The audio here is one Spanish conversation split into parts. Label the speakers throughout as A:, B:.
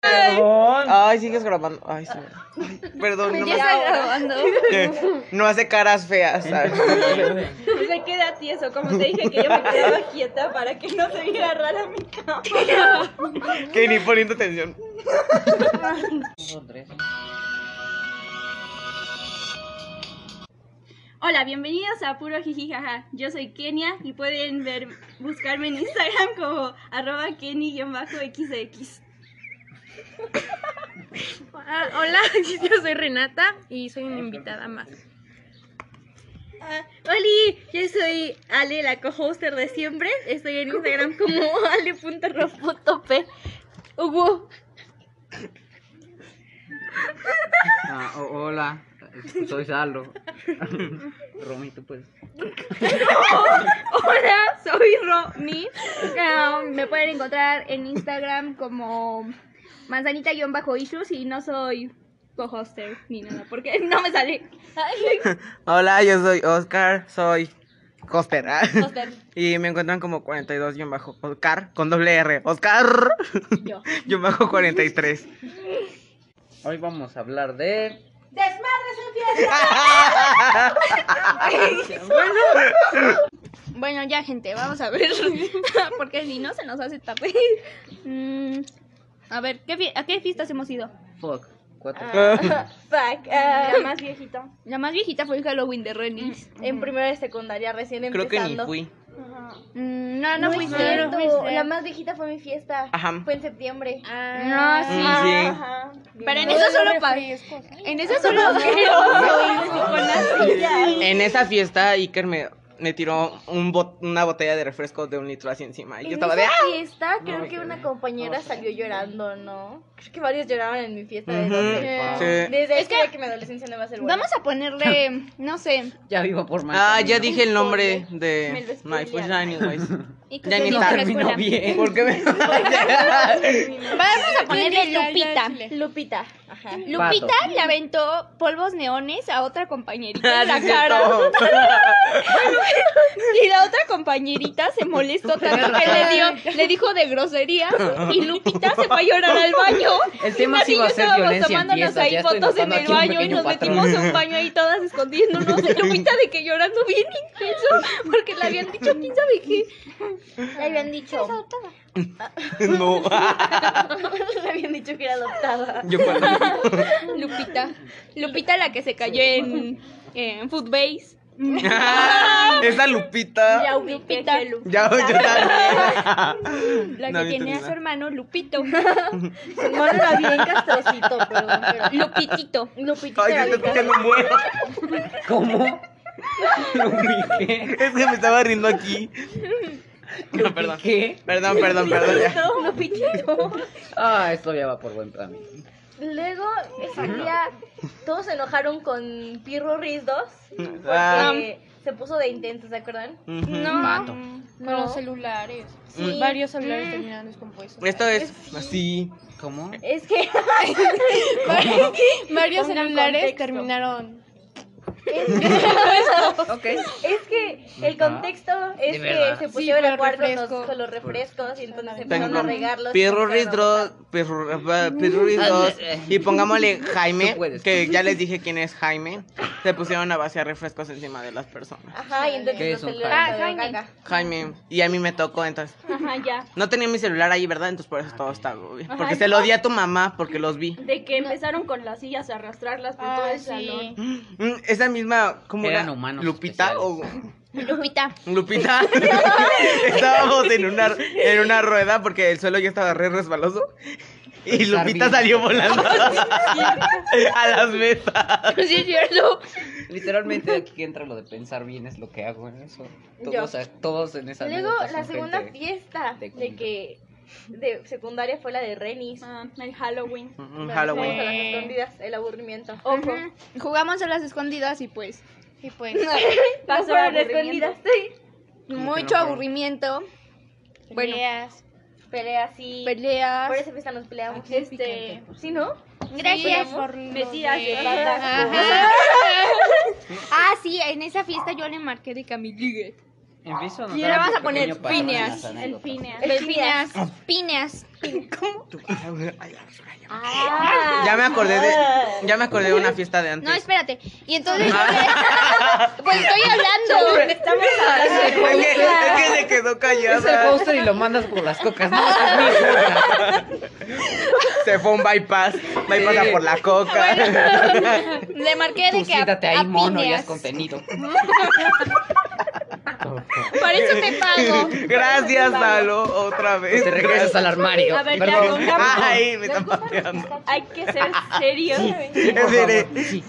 A: Perdón.
B: Ay, sigues grabando. Ay, sí. Ay, Perdón, no,
C: Ya
B: me-
C: está grabando.
B: que no hace caras feas. ¿sabes?
C: Se queda tieso, como te dije que yo me quedaba quieta para que no se viera rara mi cama.
B: que ni poniendo atención.
C: Hola, bienvenidos a Puro Jiji Jaja. Yo soy Kenia y pueden ver, buscarme en Instagram como arroba kenny-xx.
D: Ah, hola, yo soy Renata y soy una invitada más.
C: Ah, Oli, yo soy Ale, la co-hoster de siempre. Estoy en Instagram como ale.rofotope. Hugo,
E: Ah, o- hola, soy Salo. Romito, pues.
C: Hola, soy Romy. Ah, me pueden encontrar en Instagram como manzanita-issues y no soy co-hoster ni nada, porque no me sale.
B: Hola, yo soy Oscar, soy Coster. ¿ah?
C: Hoster,
B: Y me encuentran como 42 guión bajo Oscar con doble R. Oscar
C: yo.
B: guión bajo 43.
E: Hoy vamos a hablar de.
C: Bueno, ya, gente, vamos a ver. porque si no, se nos hace tarde. Mm, a ver, ¿qué fie- ¿a qué fiestas hemos ido?
E: Fuck. Cuatro.
F: Fuck. ah,
C: La más viejita. La más viejita fue el Halloween de Renis.
F: en primera de secundaria, recién em-
B: Creo que ni
F: empezando.
B: fui.
C: Mm, no,
F: No,
C: no,
F: es
C: fuiste,
F: cierto,
C: no fuiste.
F: La más viejita fue mi fiesta.
B: Ajá.
F: Fue en septiembre.
C: No, sí.
B: Mm, sí.
F: Ajá.
C: Pero en eso solo pa- En eso solo
F: Ah, Eh,
B: En esa fiesta, Iker me, me tiró un bot- una botella de refresco de un litro así encima. Y yo
F: En
B: estaba de.
F: esa
B: ¡Ah!
F: fiesta creo que una compañera salió llorando, ¿no? Creo que varios lloraban en mi fiesta de
B: Ujú.
F: doce.
B: Sí. Ah,
F: Desde ahí sabía que... mi adolescencia no va a ser buena.
C: Vamos a ponerle, no sé.
E: Ya vivo por más.
B: Ah, ya
E: camino.
B: dije el nombre
F: Me lo
B: de My First
F: spoilearon.
B: Anyways.
C: Y
B: Ya
C: se
B: ni
C: dice
B: tarde.
C: la escuela.
E: Terminó bien.
B: ¿Por qué me.? Ah,
C: Vamos a ponerle Lupita.
F: Lupita. Ajá.
C: Lupita
E: Pato.
C: le aventó polvos neones a otra compañerita
B: Ah,
C: en la
B: sí, es cierto.
C: cara. Y la otra compañerita se molestó tanto que le dio, le dijo de grosería y Lupita se fue a llorar al baño.
E: El tema
C: Nati
E: sí
C: y
E: va a
C: yo
E: ser
C: estábamos
E: violencia en
C: tomándonos
E: fiestas,
C: ahí
E: ya estoy
C: fotos en
E: notando
C: el
E: aquí un
C: baño y
E: pequeño
C: nos
E: patrón.
C: metimos a un baño ahí todas escondiéndonos. Y Lupita de que llorando bien intenso porque le habían dicho quién sabe qué.
F: Le habían dicho.
B: No.
F: Le habían dicho que era adoptada.
B: Yo cuando.
C: Lupita. Lupita la que se cayó en, en Footbase.
B: "Ah, Esa Lupita.
F: Ya ubiqué
C: Lupita.
F: que Lu-
B: Ya, yo también.
C: La que
B: No,
C: tiene a su
B: entendí
C: hermano Lupito.
F: Su hermano era bien castrocito, perdón. Pero...
C: Lupitito.
F: Lupita
B: nada. Ay,
F: era
B: yo
F: bien
B: estoy escuchando muero.
E: ¿Cómo? Lo ubiqué.
B: Es que me estaba riendo aquí. No,
E: ¿Lo
B: perdón.
E: ubiqué?
B: Perdón, perdón, perdón. ya.
F: castrocito, Lupitito.
E: Ah, esto ya va por buen plan.
F: Luego ese día todos se enojaron con Pirro Riz 2 porque
B: Ah.
F: se puso de intenso, ¿se acuerdan?
E: Mm.
B: Ujú.
E: Vato.
D: Con los celulares.
F: Sí.
D: Varios celulares terminaron descompuestos.
B: Esto es así.
E: ¿Cómo?
F: Es que
D: Varios
F: Pongan
D: celulares
F: contexto.
D: terminaron.
E: Ok.
F: es que el
E: Neta.
F: contexto es que
E: De verdad.
F: se
D: Sí,
F: pusieron
D: con
F: a jugar con los,
D: refresco.
F: con los refrescos y entonces empezaron a
B: Tengo
F: regarlos.
B: Pierro
F: y empezaron a
B: Rizdro, Pierro Pierro Rizdro, Y pongámosle Jaime,
E: Tú puedes.
B: que ya les dije quién es Jaime. Se pusieron a vaciar refrescos encima de las personas.
F: matar. Ajá, y entonces
E: ¿Qué
F: los
E: es un
C: Ah,
F: celulares
E: hack?
F: se ven caca.
B: Jaime, y a mí me tocó entonces.
C: Ajá, ya.
B: No tenía mi celular ahí, ¿verdad? Entonces por eso todo está. Porque se lo di a tu mamá porque los vi.
C: De que empezaron con las sillas a arrastrarlas por todo
D: Ah,
C: el
D: sí.
C: salón.
B: Mm, Esa misma, ¿cómo
E: Eran
B: era?
E: humanos
B: Lupita o
C: Lupita.
B: Lupita. Estábamos en una en una rueda porque el suelo ya estaba re resbaloso. Y
E: Estar
B: Lupita
E: bien.
B: salió volando a las mesas.
C: Sí, es cierto.
E: Literalmente aquí entra lo de pensar bien, es lo que hago en eso.
F: Yo.
E: Todos, a- todos en esa
F: Luego
E: anécdota
F: la
E: son
F: segunda
E: gente-
F: fiesta
E: de
F: de,
E: cumbia.
F: que de secundaria fue la de Renis.
C: Ah, el Halloween.
B: Mm,
F: Las
B: Halloween.
F: cosas a las escondidas, el aburrimiento.
C: Ojo. Mm, Jugamos a las escondidas y pues
D: Y pues,
F: No
C: pasó
F: fueron
C: aburrimiento.
F: escondidas, sí.
C: mucho aburrimiento, Bueno.
D: peleas.
F: Peleas sí. Por
C: peleas.
F: esa fiesta nos peleamos.
C: Este,
F: ¿Sí, no?
C: gracias.
D: Sí, por lo
C: Metidas de
D: de-
C: pata.
D: Ajá.
C: Ah, sí, en esa fiesta yo le marqué de Camille.
G: Empiezo a
H: Y ahora vas a poner Phineas. El Phineas.
F: El Phineas.
H: Phineas.
C: Ah.
B: Ya me acordé de, ya me acordé de una fiesta de
C: No,
B: antes.
C: espérate. Y entonces. pues estoy hablando.
F: Estamos hablando de
B: es, que,
F: películas.
B: es que se quedó
G: Es el
B: callada.
G: póster y lo mandas por las cocas. No, es mío.
B: Se fue un bypass. Bypass a por la coca.
C: Le marqué de
G: Tú
C: que. A,
G: siéntate ahí,
C: a
G: mono, y
C: piñas.
G: haz contenido.
C: Por eso te pago.
B: Gracias, Dalo, otra vez.
G: Pues Te regresas al armario.
H: A ver, ya,
G: Perdón.
H: pongamos-
B: Ay, me están pateando.
H: Hay que ser serios.
G: Sí, por
B: Es decir,
G: favor, sí.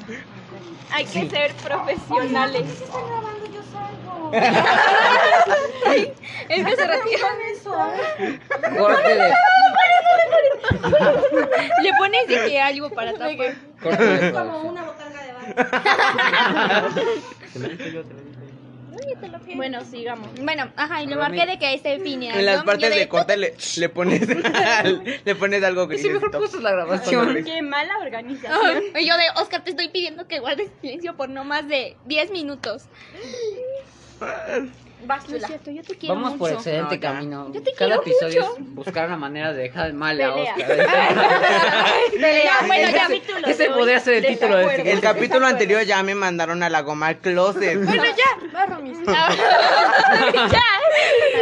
H: Hay que ser profesionales.
F: están grabando? Yo salgo.
H: Es que se retira.
F: Con eso.
G: Corte de,
H: Le pones de que algo para tapar.
G: corte de
F: Como
G: producción.
F: una botarga de barro.
G: Te lo dije yo, te lo dije yo.
H: Bueno, sigamos.
C: Bueno, ajá, y le marqué de que a este Phineas.
B: en las
C: ¿no? Yo
B: partes de corte le, le pones le pones algo
G: Y si mejor
B: grisecito.
G: puso la grabación.
H: Qué mala organización.
C: Ay, Y yo de Oscar, te estoy pidiendo que guardes silencio por no más de 10 minutos.
F: Vas,
C: No es
F: chula.
C: cierto, yo te quiero
G: Vamos por
C: mucho.
G: excelente
B: No, ya.
G: camino.
C: Yo te
G: Cada
C: quiero
G: episodio
C: mucho.
G: es buscar una manera de dejar mal a
H: Pelea.
G: Oscar.
F: Pelea.
C: Ya, bueno, ya.
F: Capítulo
G: Ese
F: de hoy.
G: podría ser el título de este.
F: Desacuerdo.
B: El capítulo anterior ya me mandaron a la goma al closet.
H: Bueno, ya. Va, Romy.
F: A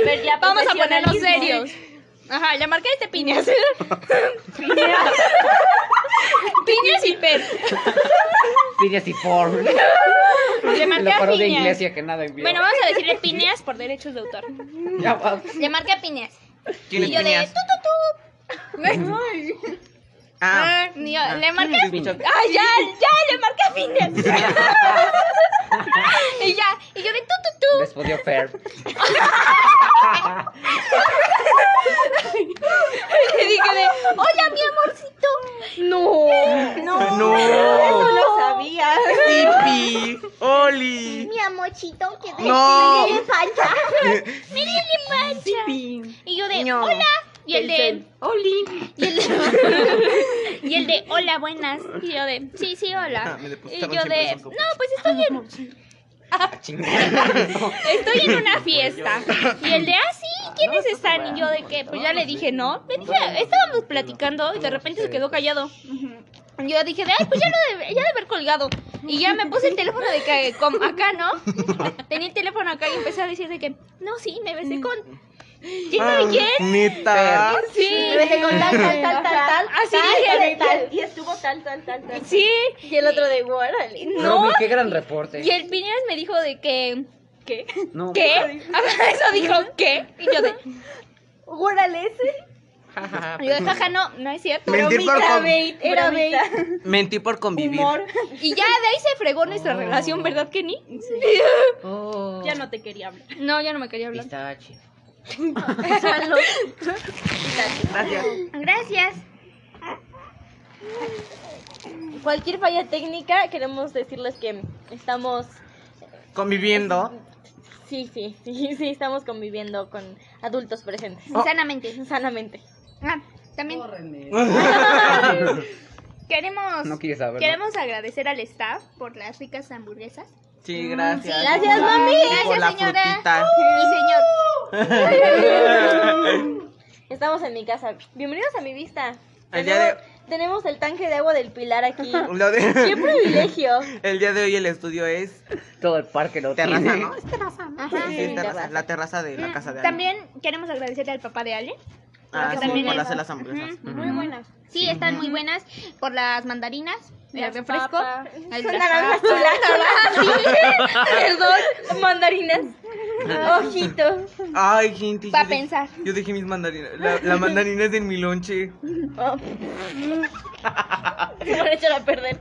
F: ver, ya
C: Ah, Vamos a ponernos
F: profesionalismo.
C: serios. Ajá, le marqué a este Phineas. Phineas y Per.
G: Phineas y Form.
C: Le marqué
G: La
C: a
G: paró de
C: Phineas.
G: iglesia que nada envió.
C: Bueno, vamos a decirle Phineas por derechos de autor.
G: Ya va.
C: Le marqué a Phineas.
B: ¿Quién es
C: Y yo de
B: Phineas?
C: tu, tu, tu.
B: Ah,
C: Ah, y yo, le marqué
G: Phineas.
C: Ah, ya, ya, le marqué a Phineas. y ya, y yo de tu, tu, tu.
G: Respondió Fer.
C: Y dije de, hola, mi amorcito. No.
B: no.
F: Eso lo sabía.
B: Tipi, Oli.
C: Mi amorcito, que
B: No.
C: pancha. Mi lili pancha. Y yo de,
D: No.
C: hola. Y el de,
D: Oli.
C: y el de, y el de, hola, buenas. Y yo de, sí, sí,
B: Ah,
C: hola.
B: me
C: Y
B: depositaron
C: yo
B: cien
C: de,
B: pesos,
C: no,
B: ¿cómo?
C: pues estoy en, estoy en una fiesta. Y el de, ah, sí, ¿quiénes están? Y yo de que, pues ya le dije, no. Me dije, estábamos platicando y de repente se quedó callado. Y Yo dije, de, ay, pues ya lo de, ya de haber colgado. Y ya me puse el teléfono de que, com- acá, ¿no? Tenía el teléfono acá y empecé a decir de que, no, sí, me besé con... ¿Quién sabe quién?
B: Ah, Neta.
C: Mm. Sí.
F: Vete con tal, tal, tal, tal, tal.
C: Así
F: tal,
C: dije.
F: tal, tal. Y estuvo tal, tal, tal, tal.
C: Sí.
F: Y el otro de Guarale.
G: No, qué gran reporte.
C: Y el Piñeras me dijo de que... ¿Qué?
G: No.
C: ¿Qué? Ajá, Eso dijo, ¿qué? Y yo de...
F: Guarale ese.
C: y yo de, jaja, no, no es cierto.
B: Mentir por, con-
F: Era bait.
B: mentir por convivir.
C: Y ya de ahí se fregó nuestra relación, ¿verdad, Kenny?
G: Oh.
H: Ya no te quería hablar.
C: No, ya no me quería hablar.
G: Pistache.
B: Gracias.
C: Gracias.
F: Cualquier falla técnica, queremos decirles que estamos.
B: Conviviendo.
F: Sí, sí, sí, sí, estamos conviviendo con adultos presentes.
C: Oh. Sanamente.
F: Sanamente.
C: Ah, también queremos...
G: No quieres saberlo.
C: Queremos agradecer al staff por las ricas hamburguesas.
B: Sí, gracias.
F: Gracias, mami.
B: Por la
C: Mm, Gracias, señora. Uh.
B: frutita.
C: Y señor.
F: Estamos en mi casa. Bienvenidos a mi vista.
B: El día de-
F: Tenemos- Tenemos el tanque de agua del pilar aquí.
B: Lo de-
F: ¡Qué privilegio!
B: El día de hoy el estudio es
G: Todo el parque lo
B: terraza,
G: tiene.
B: ¿no?
C: Ajá.
B: Sí, es terraza, la terraza de la casa de Ale.
C: Mm, También queremos agradecerle al papá de Ale.
B: Ah,
C: que
B: sí,
C: también
B: por
C: es- Mm.
B: hacer las hamburguesas.
H: Muy buenas.
C: Sí, están muy buenas por las mandarinas, el
H: Las
C: refresco,
H: papas.
C: el
F: Son
C: refresco.
F: naranjas chiladas. Perdón, mandarinas. Ojito.
B: Ay, gente.
C: Pa'
B: yo dejé-
C: pensar.
B: Yo dejé mis mandarinas. La, la mandarina es en mi lonche.
F: Oh. Se me han hecho la perder.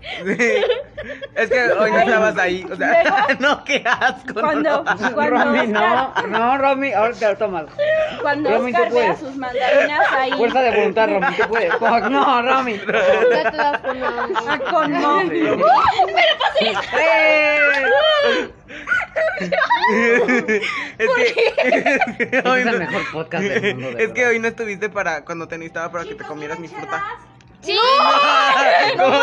B: es que hoy no estabas ahí. O sea, no, qué asco. no,
H: Cuando,
B: no.
H: cuando
G: Romy,
H: Oscar,
G: no, no, Romy, ahora te lo tomas.
H: cuando
G: Romy, tú
H: Oscar vea
G: puedes.
H: sus mandarinas ahí
G: Fuerza de voluntad, Romy, tú puedes. Fuck, No, Romy.
H: ah, con no.
B: es que, es que
G: Este Es
B: hoy
G: el
B: no-
G: mejor podcast del mundo, de
B: es que
G: verdad.
B: hoy no estuviste para cuando te necesitaba para que te comieras mi fruta.
C: Sí,
B: ¿Cómo?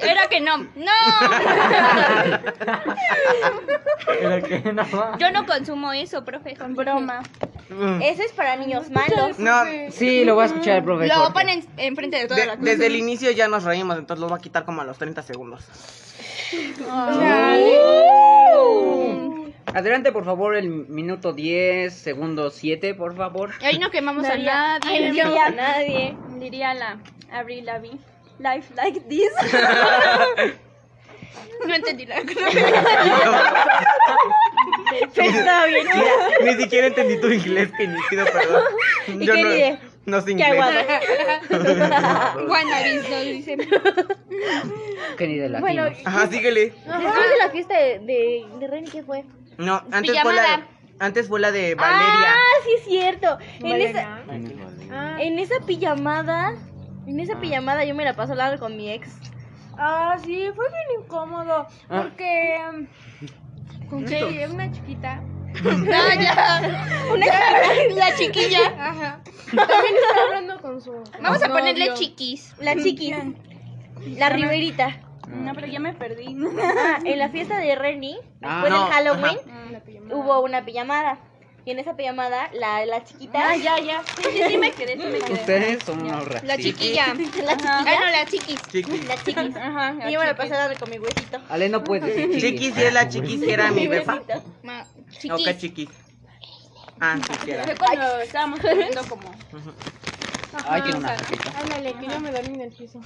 C: era que no. No,
E: Era que nada más.
C: yo no consumo eso, profe. Con broma.
F: Ese es para niños malos.
B: Mm. No,
E: Sí, lo voy a escuchar, profe.
C: Lo
E: Jorge.
C: ponen enfrente de toda
B: de-
C: la clase.
B: desde el inicio ya nos reímos, entonces lo va a quitar como a los 30 segundos.
E: Adelante, por favor, el minuto 10, segundo 7, por favor.
C: Ahí no quemamos a
H: Daría-
C: nadie.
F: Ay, no, a nadie.
H: Diría la Avril Lavigne. Life like this.
C: No entendí nada.
F: Está bien, mira.
B: Ni siquiera entendí tu inglés, que ni pido perdón.
F: ¿Y qué diré?
B: no, no sé
F: Qué
B: inglés.
F: aguado.
C: Wannabis nos dicen.
E: Kenny de la
F: Bueno,
B: Ajá, síguele.
F: después de la fiesta de, de, de Reni, ¿qué fue?
B: No, antes fue la de,
C: Pijamada.
B: antes fue la de Valeria.
F: Ah, sí es cierto. En esa, en esa pijamada, en esa pijamada yo me la paso largo con mi ex. Ah.
I: Ah, sí, fue bien incómodo. Porque. ¿Con qué? Una chiquita.
F: Ah,
C: No, ya. Ya, La chiquilla.
I: Ajá. También estaba hablando con su.
C: Vamos a ponerle chiquis.
F: La chiqui. La riberita.
H: No, pero ya me perdí.
F: Ah, en la fiesta de Reni,
E: Ah,
F: después
B: no,
F: del Halloween, hubo una pijamada. Y en esa pijamada, la, la chiquita. Ah, ya, ya.
H: Sí me quedé, sí me quedé.
E: Ustedes son unos raros.
C: La chiquilla.
F: La
C: Ah,
F: chiquita.
C: no, la chiquis.
B: Chiquis.
F: La chiquis.
H: Ajá.
F: Y yo me la pasé dando con mi huesito.
E: Ale no puede decir
B: Chiquis sí es la chiquis que era mi befa.
F: huesito.
C: Ma-
B: No,
C: Chiquis.
B: qué chiquis. Ah, sí que era.
H: Fue cuando estábamos comiendo como.
E: Ay, tiene una jefita.
I: Ándale, que yo me dormí en el piso.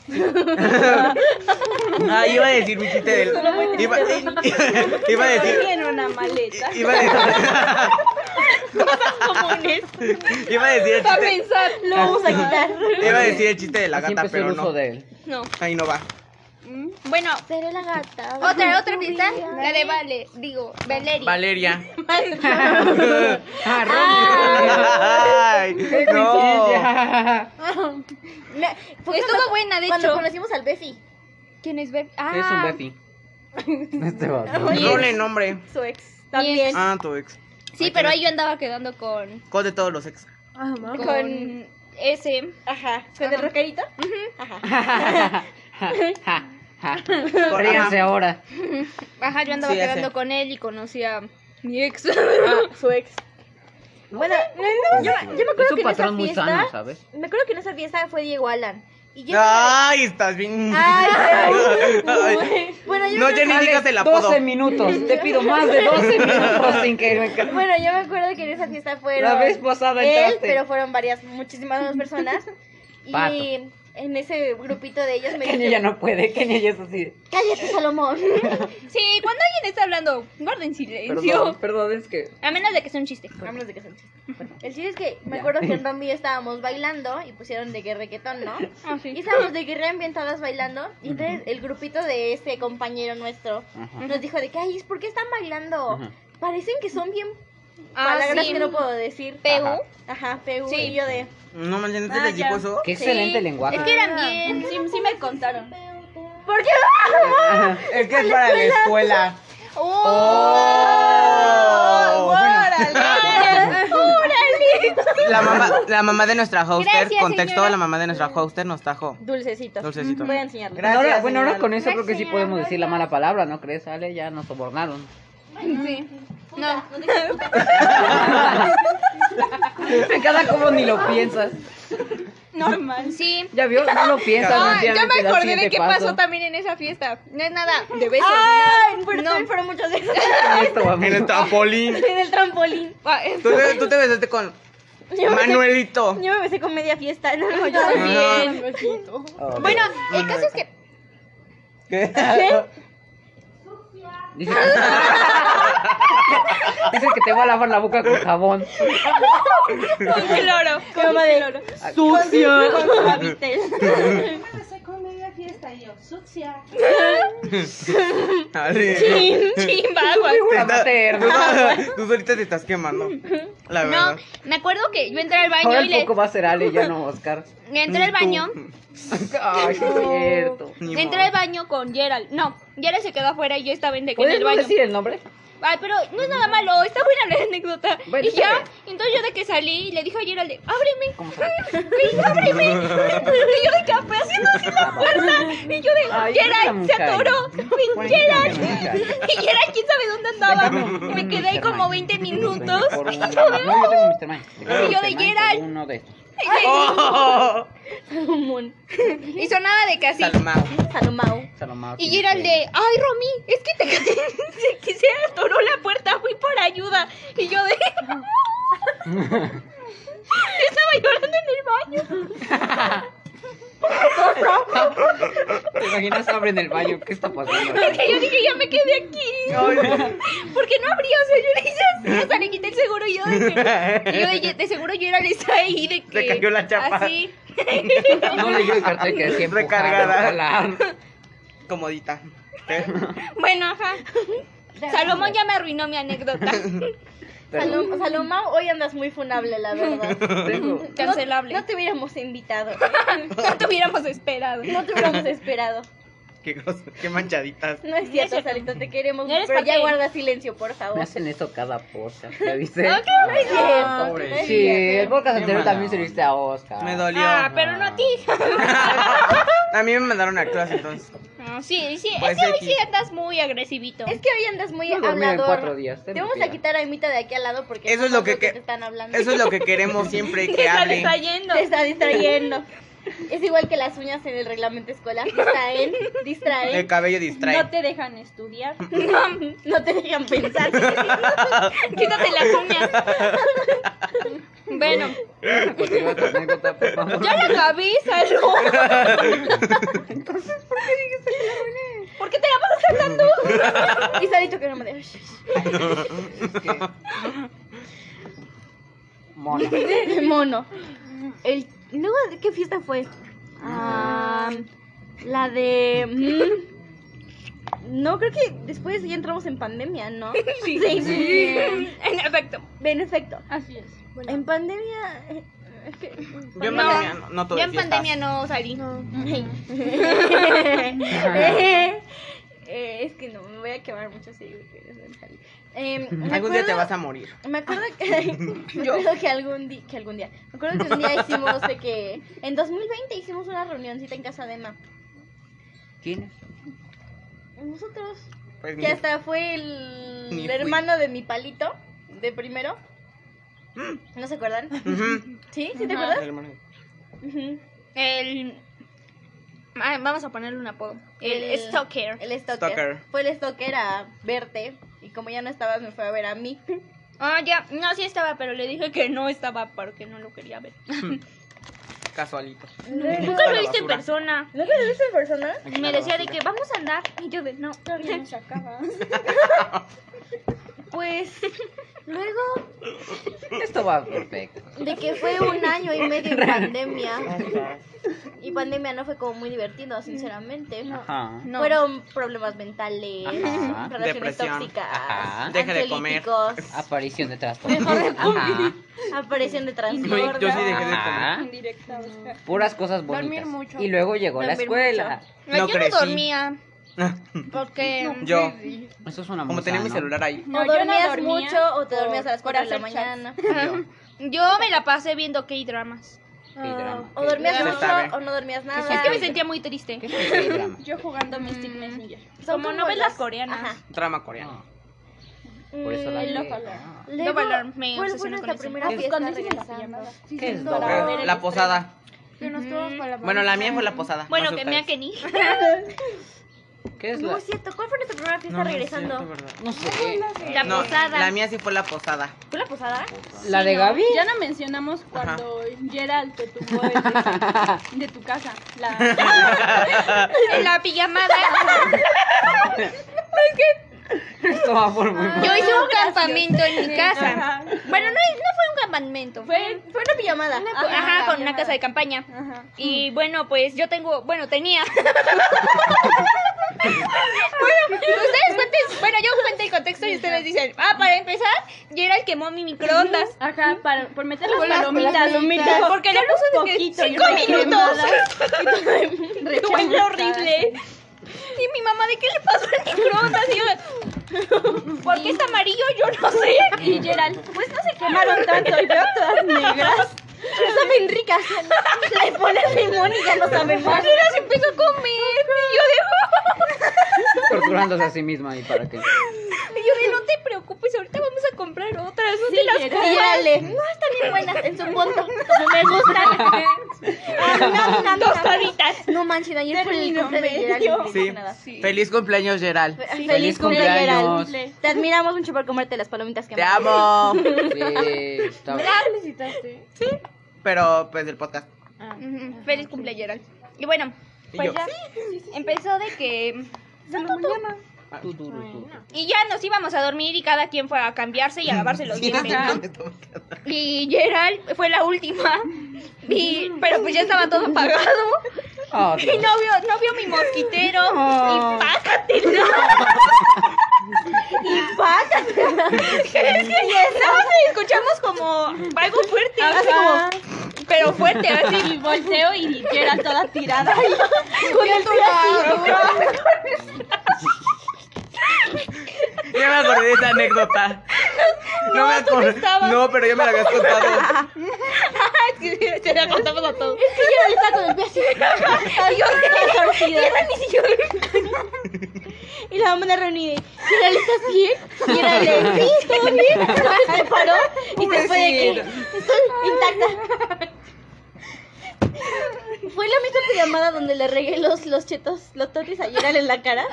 B: Ah, iba a decir un chiste del. Iba, iba a decir.
H: Dormí en una maleta.
B: Iba a decir. Iba a decir el
H: Para
B: chiste.
H: pensar, lo vamos a quitar.
B: Iba a decir el chiste de la
E: Así
B: gata,
E: empezó el
B: pero
E: uso
B: no.
E: de él.
C: No.
B: Ahí no va.
C: Bueno,
F: Seré la gata.
C: otra, otra fiesta. La de Vale. Digo, Valeria.
B: Valeria.
E: Ah, Ron.
B: Ay, no.
E: Coincidencia.
F: Fue
C: Estuvo
F: cuando-
C: buena, de
F: Cuando
C: hecho.
F: conocimos al Befi.
C: ¿Quién es Beb? Ah,
E: Es un Betty. Este va.
B: No le nombre.
F: Su ex. También.
B: Ah, tu ex.
C: sí, pero ahí yo andaba quedando con.
B: Cos de todos los ex.
C: Con ese.
F: Ajá. ¿Con el rockerito? Ajá.
E: Ríanse ahora.
C: Ajá, yo andaba
B: Sí, ya
C: quedando
B: sé.
C: con él y conocí a mi ex.
F: Su ex. Bueno, yo, yo me
E: Es
F: acuerdo
E: un
F: que en esa
E: patrón muy
F: fiesta.
E: sano, ¿sabes?
F: Me acuerdo que en esa fiesta fue Diego Alan. Y yo.
E: Ah.
B: Ay, estás bien.
F: Ay,
B: Ay.
F: bueno, yo
B: No,
F: me
B: ya ni digas el apodo.
E: 12 minutos. Te pido más de 12 minutos sin que me ca-
F: Bueno, yo me acuerdo que en esa fiesta fueron.
E: La vez pasada
F: Él,
E: entraste.
F: pero fueron varias, muchísimas más personas. Y
E: Pato.
F: en ese grupito de ellos me
E: Kenia ya no puede. Kenia ya es así. de,
F: Cállate, Salomón.
C: Sí, cuando alguien está hablando, guarden silencio.
E: Perdón, perdón, es que.
C: A menos de que sea un chiste.
F: Vámonos de que son chistes. El chiste es que me acuerdo que en Rombi estábamos bailando y pusieron de que requetón, ¿no?
C: Ah,
F: Y
C: sí.
F: estábamos de que re ambientadas bailando. Y entonces el grupito de este compañero nuestro
E: Ajá.
F: nos dijo de que, ay, ¿por qué están bailando?
E: Ujú.
F: Parecen que son bien
C: Ah,
F: palabras
C: sí.
F: que no puedo decir.
C: PU.
F: Ajá, PU.
C: Sí.
F: Y yo de.
B: No manches, ¿no te
H: Ah,
B: les llegó
H: ya.
B: eso?
E: Qué excelente
C: Sí.
E: lenguaje.
C: Es que eran bien.
H: Sí, sí me contaron.
F: ¿Por qué?
E: Ajá.
B: Es que es para la escuela. Oh, bueno. La mamá, la mamá de nuestra hoster,
C: Gracias,
B: contexto,
C: señora.
B: la mamá de nuestra hoster nos trajo
F: Dulcecito.
B: dulcecito.
F: Voy a enseñarlo.
B: Gracias,
E: Ahora- bueno, ahora
B: señora.
E: con eso creo que sí podemos decir la mala palabra, ¿no crees, Ale? Ya nos sobornaron.
C: No.
E: Me encanta cómo ni lo piensas.
H: Normal.
C: Sí.
E: Ya vio, no lo piensas.
C: Ah, ya
E: sencillamente
C: me
E: da
C: acordé de qué
E: siguiente paso.
C: pasó también en esa fiesta. No es nada de besos.
F: Ay, pero también fueron muchos de esos
E: Esto, vamos.
B: En el trampolín.
F: en el trampolín.
C: Ah, eh,
B: Tú te, tú te besaste con
F: Yo me, besé,
B: Manuelito.
F: yo me besé con media fiesta. No, no, yo
B: Ajá.
E: Oh,
C: Bueno, el caso es que.
B: ¿Qué?
E: Dice Dice que te va a lavar la boca con jabón.
C: Con cloro.
F: Mamá de
E: Sucio.
I: Me sacó media fiesta y yo, sucia.
B: Ale.
C: Chin, chin, bagua.
B: Te está-
E: materna.
B: tú no- Tú ahorita te estás quemando. La
C: No,
B: verdad.
C: me acuerdo que yo entré al baño
E: Ahora
C: y
E: el
C: le.
E: poco va a ser Ale, ya no Oscar.
C: Entré al
B: Tú.
C: baño.
E: Ay, sí es cierto.
B: Ni
C: Entré
B: modo.
C: al baño con Gerald. No, Gerald se quedó afuera y yo estaba en, de que en
E: ¿Puedes
C: el
E: no
C: baño.
E: decir el nombre?
C: Ay, pero no es nada malo, está buena la anécdota.
E: Bueno,
C: y
E: está
C: ya,
E: bien.
C: entonces yo de que salí, le dije a Gerald, ábreme, güey, ábreme. y yo de que haciendo así la puerta. Y yo de,
E: Ay,
C: Gerald, se
E: déjame,
C: atoró.
E: Bueno,
C: Gerald.
E: déjame,
C: Y Gerald, quién sabe dónde andaba. Y
E: Déjame.
C: me quedé ahí como 20 minutos.
E: Por un-
C: Y
E: No,
C: yo de,
E: yo tengo Mr. Mime.
C: Y yo de
E: Mr. Mime
C: Geralt.
E: por Uno de estos.
B: ¡Oh!
C: y sonaba de que así.
B: Salmao.
F: Salomao.
E: Salomao
C: Y
E: Ah, tiene
C: Gerald de,
E: que-
C: ay Romy, es que te se, que se atoró la puerta, fui por ayuda. Y yo de... Estaba llorando en el baño.
E: este, ¿Te imaginas abren el baño? ¿Qué está pasando?
C: Porque yo dije, ya me quedé aquí. Porque no abría, o sea, yo le hice así, hasta le quité el seguro y yo de que... y yo de, de seguro Gerald está ahí, de que...
B: Se cayó la chapa.
C: Así.
E: No leyó el cartel que decía empujar,
B: Recargada.
E: jalar.
B: Comodita.
C: Bueno, ajá. Salomón ya me arruinó mi anécdota.
F: Salom- Salomao, hoy andas muy funable, la verdad.
E: Tengo-
C: Cancelable.
F: No, no te hubiéramos invitado.
C: No te hubiéramos esperado.
F: No te hubiéramos esperado.
B: Qué, cosas, qué manchaditas.
F: No es cierto, Salito, te queremos.
C: No eres
F: pero ya
C: papel.
F: guarda silencio, por favor.
E: Me hacen esto cada podcast, ¿ya viste?
F: No es cierto.
E: Pobre. Sí, el podcast anterior también se lo viste a Oscar.
B: Me dolió.
C: Ah, pero no a ti.
B: A mí me mandaron a clase entonces.
C: No, sí, sí,
B: Pues
C: es que hoy
B: X.
C: sí andas muy agresivito.
F: Es que hoy andas muy
E: No dormí en
F: hablador.
E: cuatro días, te
F: Te vamos
E: mentira.
F: a quitar a Emita de aquí al lado porque
B: Eso
F: no
B: es lo
F: sabes
B: que-
F: te están hablando.
B: Eso es lo que queremos siempre
C: Te
B: que
C: está
B: hable.
C: distrayendo.
F: Te está distrayendo. Es igual que las uñas en el reglamento escolar. Distraen,
B: El
F: distraen.
B: cabello distrae.
I: No te dejan estudiar.
F: No, no te dejan pensar.
C: Quítate las uñas. bueno,
E: Continúa tu anécdota, por favor.
C: ya la acabé, salud. ¿Por qué te la pasas saltando?
F: Y Sarito que no me dejes.
E: Mona.
F: Mono. El... Luego, ¿de ¿qué fiesta fue? Ah, la de... mm, No, creo que después ya entramos en pandemia, ¿no? Sí, sí.
C: eh, En efecto.
F: En efecto.
I: Así es.
F: En pandemia... eh, es que-
B: Yo en
C: No.
B: pandemia no, no tuve
C: Yo en
B: fiestas.
C: pandemia no salí.
F: Eh, es que no, me voy a quemar mucho si digo que eres mental. Eh, me
B: Algún día te
F: acuerdo-
B: vas a morir.
F: Me acuerdo que, me acuerdo que algún día, que algún día, me acuerdo que un día hicimos de que en 2020 hicimos una reunioncita en casa de Emma.
E: ¿Quién?
F: Nosotros,
B: Pues,
F: que hasta fue el,
B: Ni fui.
F: hermano de mi palito de primero. ¿No se acuerdan?
B: Mm. Ujú.
F: ¿Sí? ¿Sí te acuerdas?
B: Hermano.
F: Ujú.
C: El. Ah, Vamos a ponerle un apodo. El,
F: El-
C: stalker.
F: El stalker.
B: Stalker.
F: Fue el stalker a verte y como ya no estabas me fue a ver a mí.
C: Ah, ya. No, sí estaba, pero le dije que no estaba porque no lo quería ver.
B: Casualito.
C: Nunca lo
B: la
C: he visto en
B: basura.
C: persona.
F: ¿No te lo viste en persona?
C: Me decía de que vamos a andar. Y yo de no.
I: Todavía no se acaba.
F: Pues luego
E: Esto va perfecto.
F: de que fue un año y medio en pandemia. Y pandemia no fue como muy divertido, sinceramente.
E: Ajá.
C: No.
F: Fueron problemas mentales,
E: Ajá.
F: relaciones
B: Depresión.
F: tóxicas,
E: Ajá.
B: Deja de comer.
F: ansiolíticos,
E: Aparición de trastornos. Ajá.
F: aparición de
B: Ah. Yo, yo sí
F: trastornos.
B: dejé de comer.
E: Ajá.
I: Indirecta, Oscar.
E: Puras cosas bonitas.
I: Dormir mucho.
E: Y luego llegó la
F: Dormir
E: escuela.
C: No,
B: No
C: yo
B: crecí.
C: no dormía. Porque.
B: Yo,
E: Eso es una
B: como tenía mi celular ahí.
I: No,
F: o
I: yo no
F: dormías
I: dormía
F: mucho o te
I: por-
F: dormías a las
I: por
F: 4 de la
I: hacer chats.
F: mañana.
C: Yo me la pasé viendo K-dramas.
F: O dormías
B: Se sabe.
F: mucho o no dormías nada.
C: Es que me sentía muy triste.
I: Yo jugando Mystic
F: Mm.
I: Messenger.
F: Son
C: Como novelas
F: las-
C: coreanas.
F: Ajá.
B: Drama
C: Ah.
B: coreano.
E: Por eso la
F: Mm,
E: ley.
I: loco,
E: Ah.
F: Luego,
C: Double Alarm,
F: ¿cuál
C: me
F: fue
C: obsesioné con
F: nuestra
C: esa.
F: primera
I: Ah, pues
F: fiesta
I: cuando hicimos la
F: regresando?
I: pijamada.
E: ¿Qué es
I: No.
E: Dora?
I: Era
B: La posada.
I: Que nos fuimos para la
B: Bueno, la mía fue la posada.
C: Bueno,
B: no sé
C: que me ha
B: ustedes.
C: que ni.
E: ¿Qué es
F: No
E: la...?
F: es cierto, ¿cuál fue nuestra primera fiesta
B: No, no es
F: regresando?
B: cierto, ¿verdad?
E: No sé.
C: La
B: No,
C: posada.
B: la mía sí fue la posada.
F: ¿Fue la posada?
E: ¿La de Gaby?
I: Ya la mencionamos cuando Gerald te tumbó el- de tu casa. La...
C: En la pijamada.
E: Esto va por muy mal.
C: Yo hice un campamento en mi casa.
I: Ajá.
C: Bueno, no, no fue un campamento.
F: Fue, fue una pijamada.
C: Ajá, con una casa de campaña.
I: Ajá.
C: Y bueno, pues yo tengo, bueno, tenía. bueno, ustedes cuenten, bueno, yo cuento el contexto y ustedes dicen, ah, para empezar, Gerald quemó mi microondas.
I: Ajá, para, por meter las
F: Con las
I: palomitas.
F: palomitas.
C: Porque le puso de que
I: poquito, yo
C: cinco
I: me quedé
C: minutos.
I: Qué
C: Fue horrible. Y mi mamá, ¿de qué le pasó al microondas? Y yo, ¿por qué está amarillo? Yo no sé.
F: Y Gerald, pues no se quemaron tanto, y veo todas negras. No saben ricas. Le pones limón y ya no saben
C: Y
F: más.
C: ella se empezó a comer. Y yo
E: Torturándose a sí misma y para qué.
C: de, y yo de, no te preocupes, ahorita vamos a comprar otras. No te las comas.
F: Órale. No, están bien buenas en su punto. Como me gustan. Ah, no, no, no.
C: Tostaditas.
F: No manches, ayer fue el cumple de Gerald. y no dijimos
B: Sí.
F: nada.
B: Feliz cumpleaños, Gerald.
F: Feliz,
E: Feliz
F: cumple,
E: cumpleaños.
F: Gerald. Te admiramos mucho por comerte las palomitas que
B: Te
F: mandaste.
B: amo.
E: Sí, está bien.
I: felicitaste?
B: Pero pues del podcast.
C: Ujú, Feliz cumpleaños, Gerald. Y bueno,
B: Y
C: pues
B: yo.
C: ya empezó de que.
E: Tú, tú, tú, tú.
C: Y ya nos íbamos a dormir y cada quien fue a cambiarse y a lavarse los dientes. ¿no? Y Gerald fue la última. Y, pero pues ya estaba todo apagado.
E: Ah,
C: Y no vio, no vio mi mosquitero. Y pácatela.
F: Y pácatela.
C: Es que nada más escuchamos como algo fuerte. así como- pero fuerte, así.
F: Y volteo y Gerald toda tirada. y- Con el plástico.
B: Ya me acordé de esa anécdota. No, me acordé. No, pero yo me la habías contado.
C: Te la contamos a todos.
F: Es que Gerald está con el pie así. Ay, yo estoy torcida. Y la mamá de reunida. Gerald, ¿estás bien? Gerald, le- sí, todo bien. Se paró y se fue de aquí. Estoy intacta. Fue la misma llamada donde le regué los, los chetos, los totis a Gerald en la cara.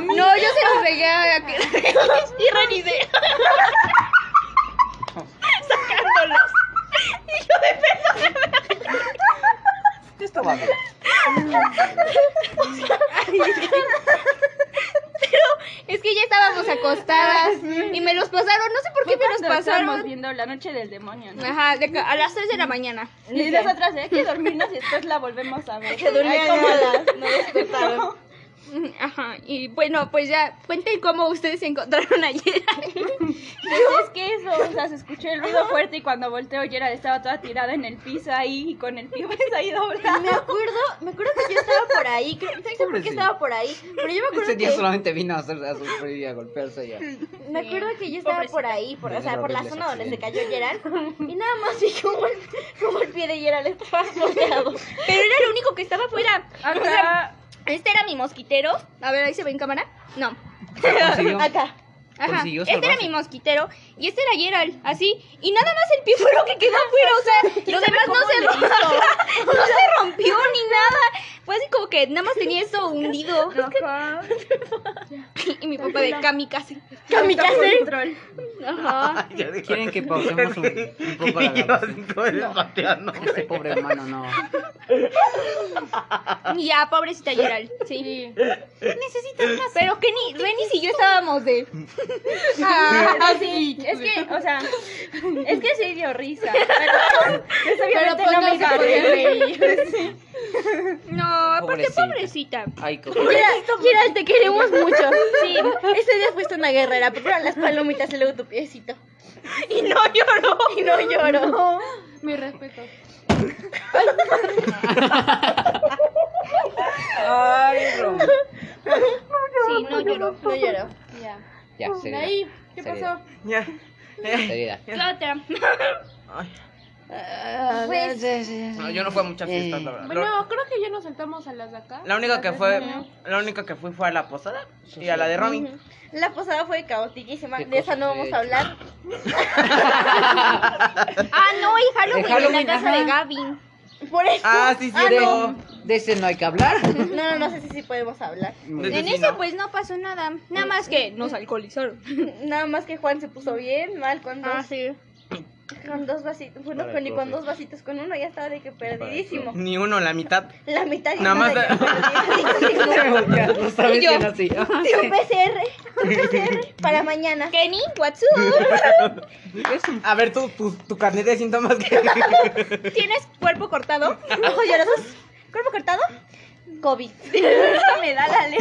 C: No, yo se los regué a y revisé. Sacándolos. Y yo de Pero es que ya estábamos acostadas y me los pasaron, no sé por qué me los
H: Estamos
C: pasaron.
H: viendo la noche del demonio. ¿no?
F: Ah,
C: Ajá, de que a las 3 de la mañana.
H: Y nosotras, ¿eh? Que dormirnos y después la volvemos a ver.
F: Que dormía cómoda. No despertaron.
C: Ajá, y bueno, pues ya cuenten cómo ustedes se encontraron ayer.
H: Pues es que eso, o sea, se escuchó el ruido fuerte y cuando volteo Gerald estaba toda tirada en el piso ahí y con el pie pues, ahí doblada.
F: Me acuerdo, me acuerdo que yo estaba por ahí, creo, no sé por qué estaba por ahí, pero yo me acuerdo
E: Ese Este día
F: que-
E: solamente vino a hacer a sufrir y a golpearse ya.
F: Me acuerdo que yo estaba por ahí, por, o sea, por la zona donde se cayó Gerald, y nada más vi como el, como el pie de Gerald estaba golpeado.
C: Pero era lo único que estaba fuera. O sea,
H: Acá,
C: este era mi mosquitero. A ver, ahí se ve en cámara. No.
E: Consiguió.
F: Acá.
C: Ajá.
E: Consiguió
C: Este era
E: salvarse.
C: mi mosquitero y este era Gerald, así. Y nada más el pie fue lo que quedó fuera. O sea, lo demás no se, rompió, no se rompió ni nada. Fue así como que nada más tenía esto hundido.
H: Ajá.
C: Y mi papá de kamikaze.
F: Kamikaze.
H: Control.
C: Ajá.
E: ¿Quieren que pausemos un, un poco la grabación? Este pobre hermano no.
C: Y ya, pobrecita Gerald. Sí. Necesitas más. Pero que ni Renis y yo estábamos de.
H: Ah, sí. Es que, o sea, es que sí dio risa. Pero, pues, obviamente
F: pues,
H: no
F: no
H: me
F: se
H: paré.
F: podía
C: No, aparte,
E: Pobrecita.
C: pobrecita.
E: Ay, co-
F: Gerald, Gerald, te queremos mucho. Sí, ese día fuiste una guerrera, pero eran las palomitas y luego tu piecito.
C: Y no lloró.
F: Y no lloro.
I: Mi respeto.
E: Ay, Rom.
C: Sí, no lloró.
F: No lloro.
E: Ya, seriedad.
I: Ahí, ¿qué
E: Seriedad.
I: pasó?
B: Ya. Eh,
E: Seriedad.
C: La otra.
B: ay.
F: Pues,
B: No, yo no fui a muchas fiestas, la verdad. Lo-
I: Bueno, creo que ya nos sentamos a las de acá.
B: La única que fue, la única que fui fue a la posada y a la de Romy.
F: la posada fue caotiquísima,
E: Qué
F: de esa no
E: cosas
F: vamos
E: he
F: a hablar.
C: Ah, no, y Halloween,
E: El Halloween,
C: en la casa
E: ajá.
C: de Gavin.
F: Por eso.
B: Ah, sí,
E: De,
B: cierto.
E: Oh, de ese no hay que hablar.
F: No, no, no sé si sí podemos hablar.
B: De ese
C: En
B: sí,
C: ese
B: ¿no?
C: pues no pasó nada, nada más que nos alcoholizaron.
F: Nada más que Juan se puso bien mal con dos,
C: Ah, sí.
F: con dos vasitos, bueno,
E: Para
F: con,
E: el
F: y con
E: profe.
F: dos vasitos, con uno ya estaba de que perdidísimo.
B: Ni uno, la mitad.
F: La mitad ya
B: Nada
F: estaba
B: más
F: de que perdidísimo.
E: Ya, lo sabes
F: Y yo.
E: bien así.
F: Tu PCR, tu PCR para mañana.
C: Kenny, what's up?
B: A ver, tu, tu, tu carnet de síntomas que...
C: ¿Tienes cuerpo cortado?
F: Ojos llorosos, cuerpo cortado, COVID.
H: Me da la ley.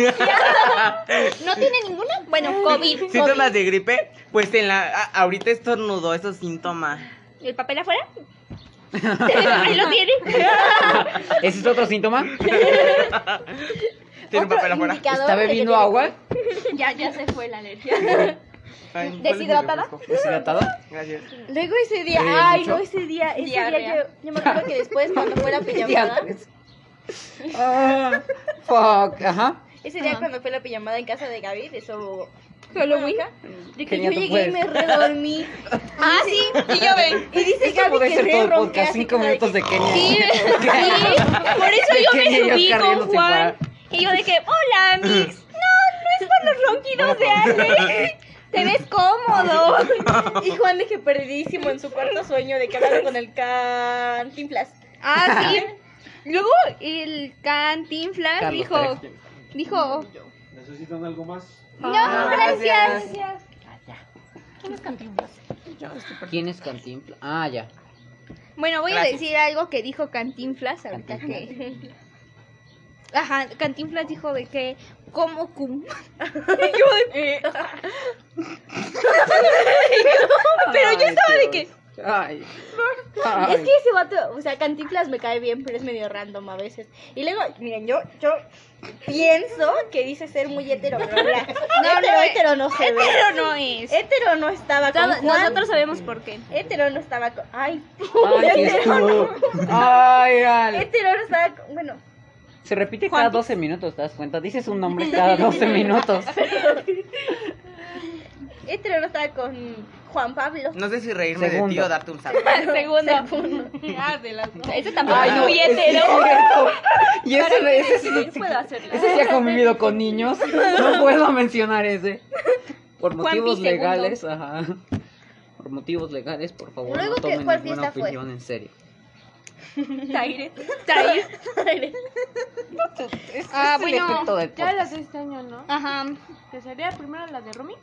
C: ¿No tiene ninguna? Bueno, COVID.
B: síntomas de gripe, pues en la a- ahorita estornudó esos síntomas.
C: ¿Y ¿El papel afuera? Ahí lo tiene.
E: ¿Ese es otro síntoma?
B: Tiene un
F: Otro
B: papel afuera.
F: indicador
E: ¿Está
F: de que
E: bebiendo
F: tiene
E: agua?
H: Ya, ya se fue la alergia.
B: Ay, ¿cuál es mi
F: ¿Deshidratada?
B: refresco?
E: ¿Deshidratada?
B: Gracias.
F: Luego ese día,
E: ¿Te dio
F: ay,
E: mucho?
F: no, ese día, ese día
H: Diarrea.
F: yo, yo me acuerdo que después cuando fue la pijamada,
E: Diantres. Ah, fuck, ajá.
F: ese día cuando fue la pijamada en casa de Gaby, de su
H: Halloween.
F: de que
E: Genial,
F: yo
E: tú
F: llegué y
E: puedes.
F: me redormí.
C: Ah, sí, y yo ven.
F: Y dice
E: Esto
F: Gaby
E: puede
F: que
E: ser
F: re
E: todo el
F: ronqué
E: podcast.
F: así
E: Cinco
F: como de que-
E: minutos de Kenia.
C: Sí, sí. Por eso yo
E: Pequeña y
C: me subí
E: Oscar
C: con
E: riéndose
C: Juan.
E: para-
C: Y yo de que, hola, Mix. No, no es por los ronquidos de
H: pues.
C: Ale. Te ves cómodo.
F: Y Juan de que perdidísimo en su cuarto sueño de que hablaba con el cantinflas.
H: Ah, sí. Luego el cantinflas
E: Carlos
H: dijo, dijo,
J: ¿Necesitan algo más?
H: no, Ah, gracias.
E: ¿Quién es Cantinflas? Ah, ya.
H: Bueno, voy a
B: Gracias.
H: decir algo que dijo Cantinflas ahorita que... Ajá, Cantinflas dijo de que como cum.
E: Pero yo estaba de que... Ay. Ay.
F: Es que ese vato, o sea, Cantinflas me cae bien, pero es medio random a veces. Y luego, miren, yo, yo pienso que dice ser muy hetero, pero mira, no,
H: no es.
F: hetero no se ve.
H: Pero no es.
F: Hétero no estaba con
H: Todo-
F: Juan.
H: nosotros sabemos por qué.
F: Hétero no estaba con... Ay,
E: Ay, qué estuvo. Ay, Ale.
F: hétero no estaba con... Bueno,
E: Se repite cada 12 minutos, ¿te das cuenta? Dices un nombre cada 12 minutos.
F: hétero no Este estaba con Juan Pablo.
B: No sé si reírme
E: Segundo.
B: de ti o darte un salto.
H: Segundo. Ah, de las dos. Ese tampoco es muy
E: es que es
H: hetero.
E: cierto. Y ese, ese, sí-
H: Yo puedo hacerlo.
E: ese sí ha convivido con niños. No puedo mencionar ese. Por
H: Juan Pi
E: motivos
H: segundo.
E: legales, ajá. Por motivos legales, por favor,
F: Luego,
E: no
F: ¿qué-
E: tomen
F: cuál
E: ninguna
F: fiesta fue?
E: opinión en serio.
H: Taire. Taire. Ah, bueno,
I: Ya las de este año, ¿no?
H: Ajá.
I: Que sería primero la de Rumi.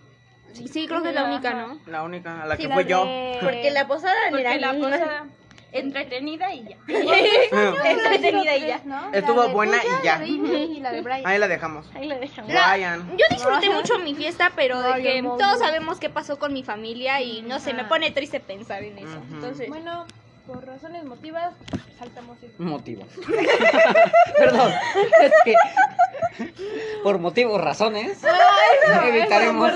H: Sí, creo que es la única, ¿no? Eh,
B: La única a la
H: Sí,
B: que
H: la
B: fui yo.
F: Porque la posada era
I: Porque la
F: una-
I: cosa
H: Entretenida y ya.
F: entretenida y ya.
B: Estuvo buena y ya.
I: y la de Brian.
B: Ahí la dejamos.
I: Ahí la dejamos.
B: Brian.
C: Yo disfruté mucho mi fiesta, pero de que todos sabemos qué pasó con mi familia y no sé, me pone triste pensar en eso.
B: Ujú.
C: Entonces,
I: Bueno, por razones motivas, saltamos el...
E: Motivos. Perdón. Es que por motivos, razones, evitaremos.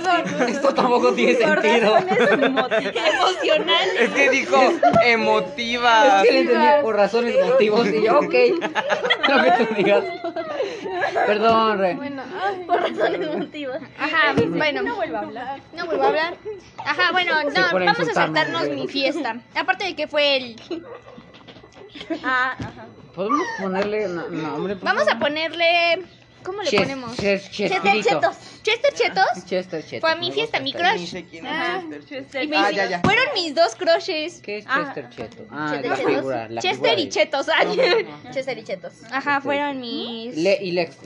E: Esto tampoco tiene sentido.
C: emocional.
B: Es que dijo
E: Es
B: emotivas.
E: que le entendí por razones, motivos y yo, ok. Lo que tú digas. Perdón, Re.
F: Por razones motivos.
C: Ajá, bueno. No vuelvo a hablar. No vuelvo a hablar. Ajá, bueno,
E: Se
C: no,
E: pone
C: vamos
E: a
C: a
E: insultarme,
C: saltarnos
E: güey.
C: mi fiesta. Aparte de que fue el...
E: ¿Podemos ponerle na- nombre? por
C: Vamos a
E: favor?
C: ponerle... ¿Cómo le
E: Ches-
C: ponemos?
E: Ches-
C: Chester
E: Chesterito.
C: Chetos. ¿Chester Chetos?
E: Chester, Chetos.
C: Fue a mi
E: Luego
C: fiesta, mi
E: Chester.
B: Ni
C: crush.
B: sé quién es Chester.
C: Y me
B: Ah,
C: hice-
B: ya, ya.
C: Fueron mis dos crushes.
E: ¿Qué es Chester Cheto? Ah,
F: Chester
E: la
F: Chetos.
E: figura. la figura
C: Chester
E: de-
C: y Chetos. ay.
F: Chester y Chetos.
C: Ajá, fueron mis...
E: Le y Lex.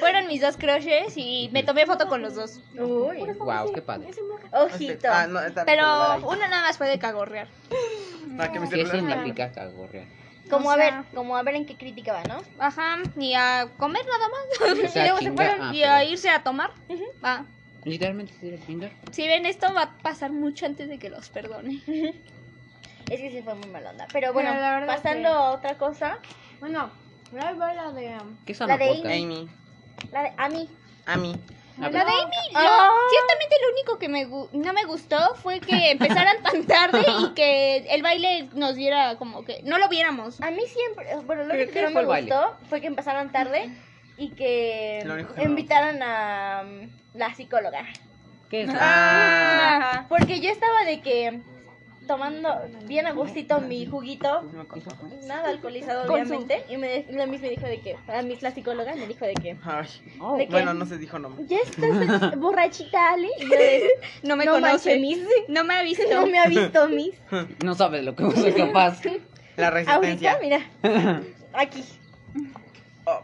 C: Fueron mis dos crushes y me tomé foto con los dos.
F: Uy.
E: Wow, qué padre.
F: Ojito.
B: Ah, no, está bien,
C: Pero
B: ahí.
C: uno nada más fue de cagorrear.
B: Ah, que mi
E: ¿Qué
B: celular-
E: significa cagorrear?
F: Como
C: O
F: a ver,
C: sea-
F: como a ver en qué crítica va, ¿no?
C: Ajá, y a comer nada más.
E: O sea,
C: y luego se
E: chinga-
C: fueron
E: ah,
C: y a
E: perdón.
C: irse a tomar. Va.
E: Literalmente sería el Tinder.
C: Si ven esto, va a pasar mucho antes de que los perdone.
F: Es que sí fue muy mala onda. Pero bueno,
I: Pero la verdad
F: pasando
I: que-
F: a otra cosa,
I: Bueno, ahí va la de... um,
E: ¿Qué es una
F: La de
E: foca?
B: Amy.
F: la de a mí.
B: Amy.
E: A
C: La
E: ver,
C: de Amy, lo- ciertamente lo único que me gu- no me gustó fue que empezaran tan tarde y que el baile nos diera como que no lo viéramos.
F: A mí siempre, bueno, lo
E: ¿Pero
F: único
E: qué
F: que no
E: fue
F: me
E: el baile?
F: gustó fue que empezaron tarde y que
B: Lo único que no.
F: invitaron a um, la psicóloga.
E: ¿Qué es?
B: Ah.
F: Porque yo estaba de que tomando bien a gustito mi juguito, nada alcoholizado obviamente, y me, la misma me dijo de que, a mí la psicóloga me dijo de que,
B: Ay.
E: Oh,
F: ¿De qué?
B: Bueno, no se dijo nombre.
F: ya estás este borrachita Ale, y yo de,
C: No me
F: no
C: conoce.
F: manches, Miss,
C: No me ha visto.
F: no me ha visto Miss,
E: No sabes lo que soy capaz.
B: La resistencia.
F: ahorita mira, aquí.
B: Oh,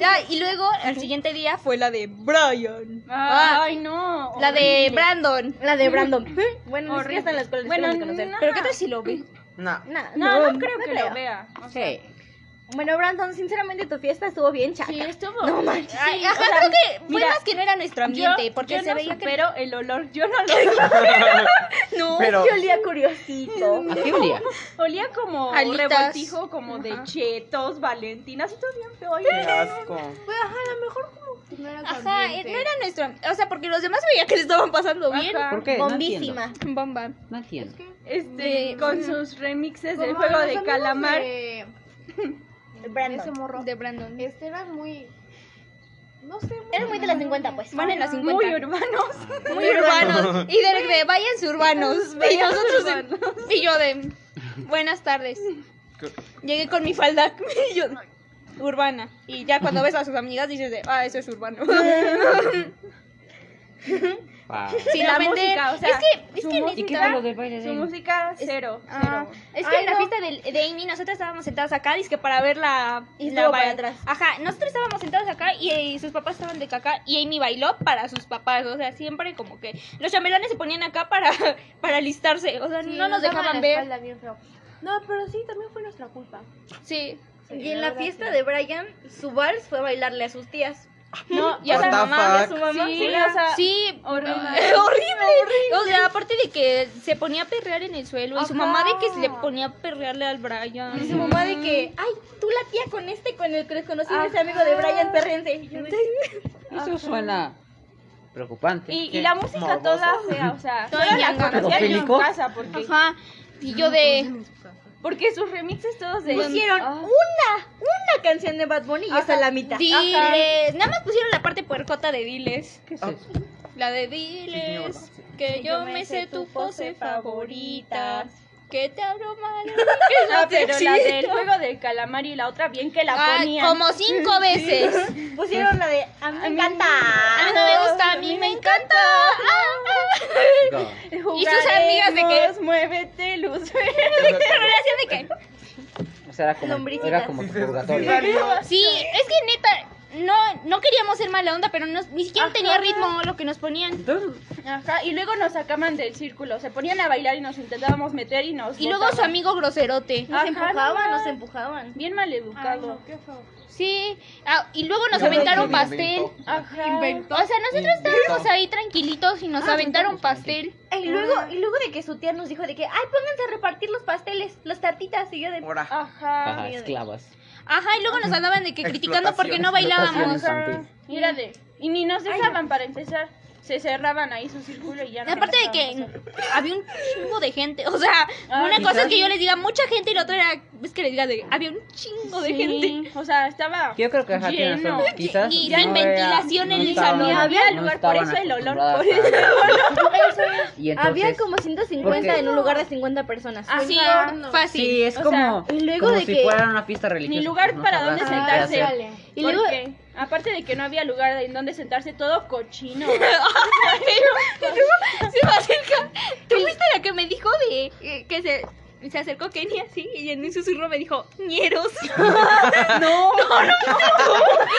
C: Ya, y luego el siguiente día fue la de Brian.
I: Ay, no.
C: la de Brandon.
F: La de Brandon. Bueno, ni siquiera está en la escuela.
I: Bueno,
F: Bueno, conocer.
I: no.
C: Pero qué tal si lo ve.
B: no.
F: No,
I: No, no, creo que lo vea.
E: Sí.
F: Bueno, Brandon, sinceramente tu fiesta estuvo bien chaca.
H: Sí, estuvo.
F: No manches.
C: Ay, ajá,
F: O sea,
C: creo que fue
F: mira,
C: más que no era nuestro ambiente, porque se veía que...
H: pero el olor, yo no lo
F: No,
E: Pero-
F: es que olía curiosito.
G: ¿A qué olía?
H: olía como
C: Alitas.
H: revoltijo, como de chetos, valentinas, y todo bien feo. Oye,
E: Qué asco.
C: Ajá, eh, no era nuestro am- O sea, porque los demás veía que le estaban pasando bien.
G: ¿Por qué? No entiendo.
F: Bombísima.
C: Bomba.
G: No entiendo.
H: este,
C: De-
H: con sus remixes del juego de calamar.
I: De, ese morro.
C: De Brandon.
I: Este era muy. No sé.
F: Era muy de las 50, pues.
C: Van en las 50.
H: Muy urbanos.
C: Muy urbanos. Y de, de váyanse urbanos. Y nosotros de- y yo de buenas tardes. Llegué con mi falda y yo de, urbana. Y ya cuando ves a sus amigas dices de, ah, eso es urbano.
G: Wow.
C: Finalmente,
H: música, o sea,
C: es que, es
H: su
C: que
H: música-
G: Ah.
C: neta-
G: ¿Y qué fue lo del baile de
H: Su
G: ahí?
H: música, cero.
C: Ah,
H: cero.
C: es que
H: Ay,
C: en la
H: no.
C: fiesta del- de Amy nosotros estábamos sentadas acá, que para ver la...
F: Y
C: la
F: estuvo para
C: ba-
F: atrás.
C: Ajá, nosotros estábamos sentados acá y, eh, sus papás estaban de acá y Amy bailó para sus papás, o sea, siempre como que los chamelones se ponían acá para, para listarse, o sea, no nos dejaban ver.
I: No, pero sí, también fue nuestra culpa.
C: Sí.
F: Y en la fiesta de Brian, su vals fue bailarle a sus tías.
C: No, y a
B: What
C: su
B: the
C: mamá, y a
B: fuck?
C: su mamá.
H: Sí, o sea,
C: Sí,
H: horrible.
C: horrible. horrible. O sea, aparte de que se ponía a perrear en el suelo y su mamá de que se le ponía a perrearle al Brian.
F: Su mamá de que,
C: Mm.
F: ay, tú la tía con este, con el que desconocí, ese amigo de Brian, perrense. Y yo de-
G: Eso suena preocupante.
H: Y, y la música toda fea, o sea,
C: Toda
H: solo la
C: ñanga.
H: conocía yo en
G: ¿Angélico?
H: casa porque,
C: Ajá. Y yo de
F: pues,
H: porque sus remixes todos de
F: Pusieron
C: Ah.
F: una, una canción de Bad Bunny y ya está la mitad.
C: diles. Nada más pusieron la parte puercota de diles.
G: ¿Qué es eso?
C: La de diles. Que yo me sé tu pose favorita. Que te hablo mal.
H: Ah, pero la del juego del calamar y la otra bien que la
C: Ah,
H: ponían.
C: como cinco veces.
F: Pusieron la de, a mí me encanta.
C: A mí no me gusta, a mí me encanta. Ah, ah.
H: Jugaremos,
C: y sus amigas de que-
H: muévete luz.
C: Pero ah. relación de que
G: O sea, era como,
F: Lombricitas.
G: era como
B: Sí,
G: tu
B: se- sí
G: purgatorio.
B: salió.
C: Sí, es que neta, no, no queríamos ser mala onda, pero no- ni siquiera tenía ritmo lo que nos ponían.
H: Ajá, y luego nos sacaban del círculo, se ponían a bailar y nos intentábamos meter y nos
C: Y luego su
H: botaban.
C: amigo groserote.
F: Nos
H: Ajá,
F: empujaban,
H: no.
F: nos
C: em-
F: empujaban.
H: bien mal educado.
C: Sí, ah, y luego nos aventaron pastel.
H: Ajá.
C: O sea, nosotros estábamos ahí tranquilitos y nos aventaron pastel.
F: Y luego, y luego de que su tía nos dijo de que, ay, pónganse a repartir los pasteles, las tartitas, y yo de...
B: Ahora.
H: Ajá.
G: Ajá, esclavas.
C: Ajá, y luego nos andaban de que criticando porque no
G: Explotación
C: bailábamos.
G: infantil.
H: Y era de y ni nos dejaban para empezar. Se cerraban ahí su círculo y ya no.
C: Aparte de
H: nos dejaban pasar.
C: que había un chingo de gente, o sea,
H: Ah,
C: una cosa es
G: quizás.
C: que yo les diga mucha gente y la otra era, es que les diga de, había un chingo de
H: Sí,
C: gente.
H: O sea, estaba
G: Yo creo que ajá, tiene
H: Lleno.
G: razón. Quizás
C: Y
G: no
C: sin ventilación en el
G: estaban-
C: salón.
H: Había
G: no
H: lugar, por
G: estaban
H: eso el olor,
G: acostumbradas
H: por eso
G: a-
H: el
G: Y entonces,
F: Había como 150
G: Porque-
F: en un lugar de 50 personas.
C: Así,
H: Ajá.
C: fácil.
G: Sí, es
H: o
G: como,
F: sea, y luego
G: como
F: de
G: si
F: que-
G: fuera una fiesta religiosa.
H: ni lugar
G: no
H: para
G: sabrás
H: dónde
G: ni qué hacer.
H: sentarse.
C: Ah,
F: Y
H: Y
F: luego-
H: aparte de que no había lugar en donde sentarse, todo cochino.
C: se me acerca. ¿Tú fuiste la que me dijo de eh, que se, se acercó Kenny así y en un susurro me dijo, ñeros?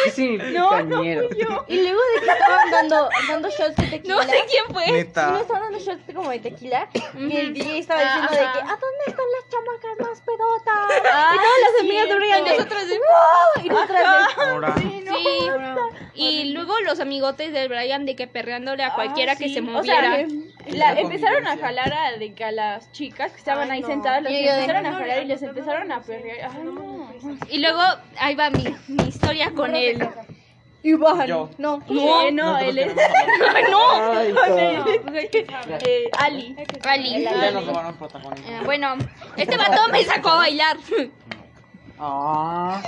G: ¿Qué significa ñero?
F: Y luego de que estaban dando, dando shots de tequila.
C: No sé quién fue.
F: Y luego
B: Neta.
F: estaban dando shots como de tequila. Y el DJ estaba diciendo de que, ¿a dónde están las chamacas más pedotas? y todas las amigas de Brian de,
C: Nosotros de-
F: "Wow", Y nosotras de,
B: Ahora.
C: Sí, y luego los amigotes de Brian de que perreándole a cualquiera que se
H: Ah, O sea,
C: moviera.
H: la- empezaron a jalar a, de que a las chicas que estaban ahí sentadas, las
C: Y yo de-
H: empezaron a jalar y les empezaron a perrear. Ay, no.
C: y luego ahí va mi, mi historia con él.
F: y bajan.
B: Yo.
F: No.
H: No, no, él es. no,
G: Ay,
H: o sea,
G: no.
H: eh, Ali.
C: Ali.
B: Ya nos robaron protagonismo.
C: Eh, Bueno, este vato me sacó a bailar.
G: Ah.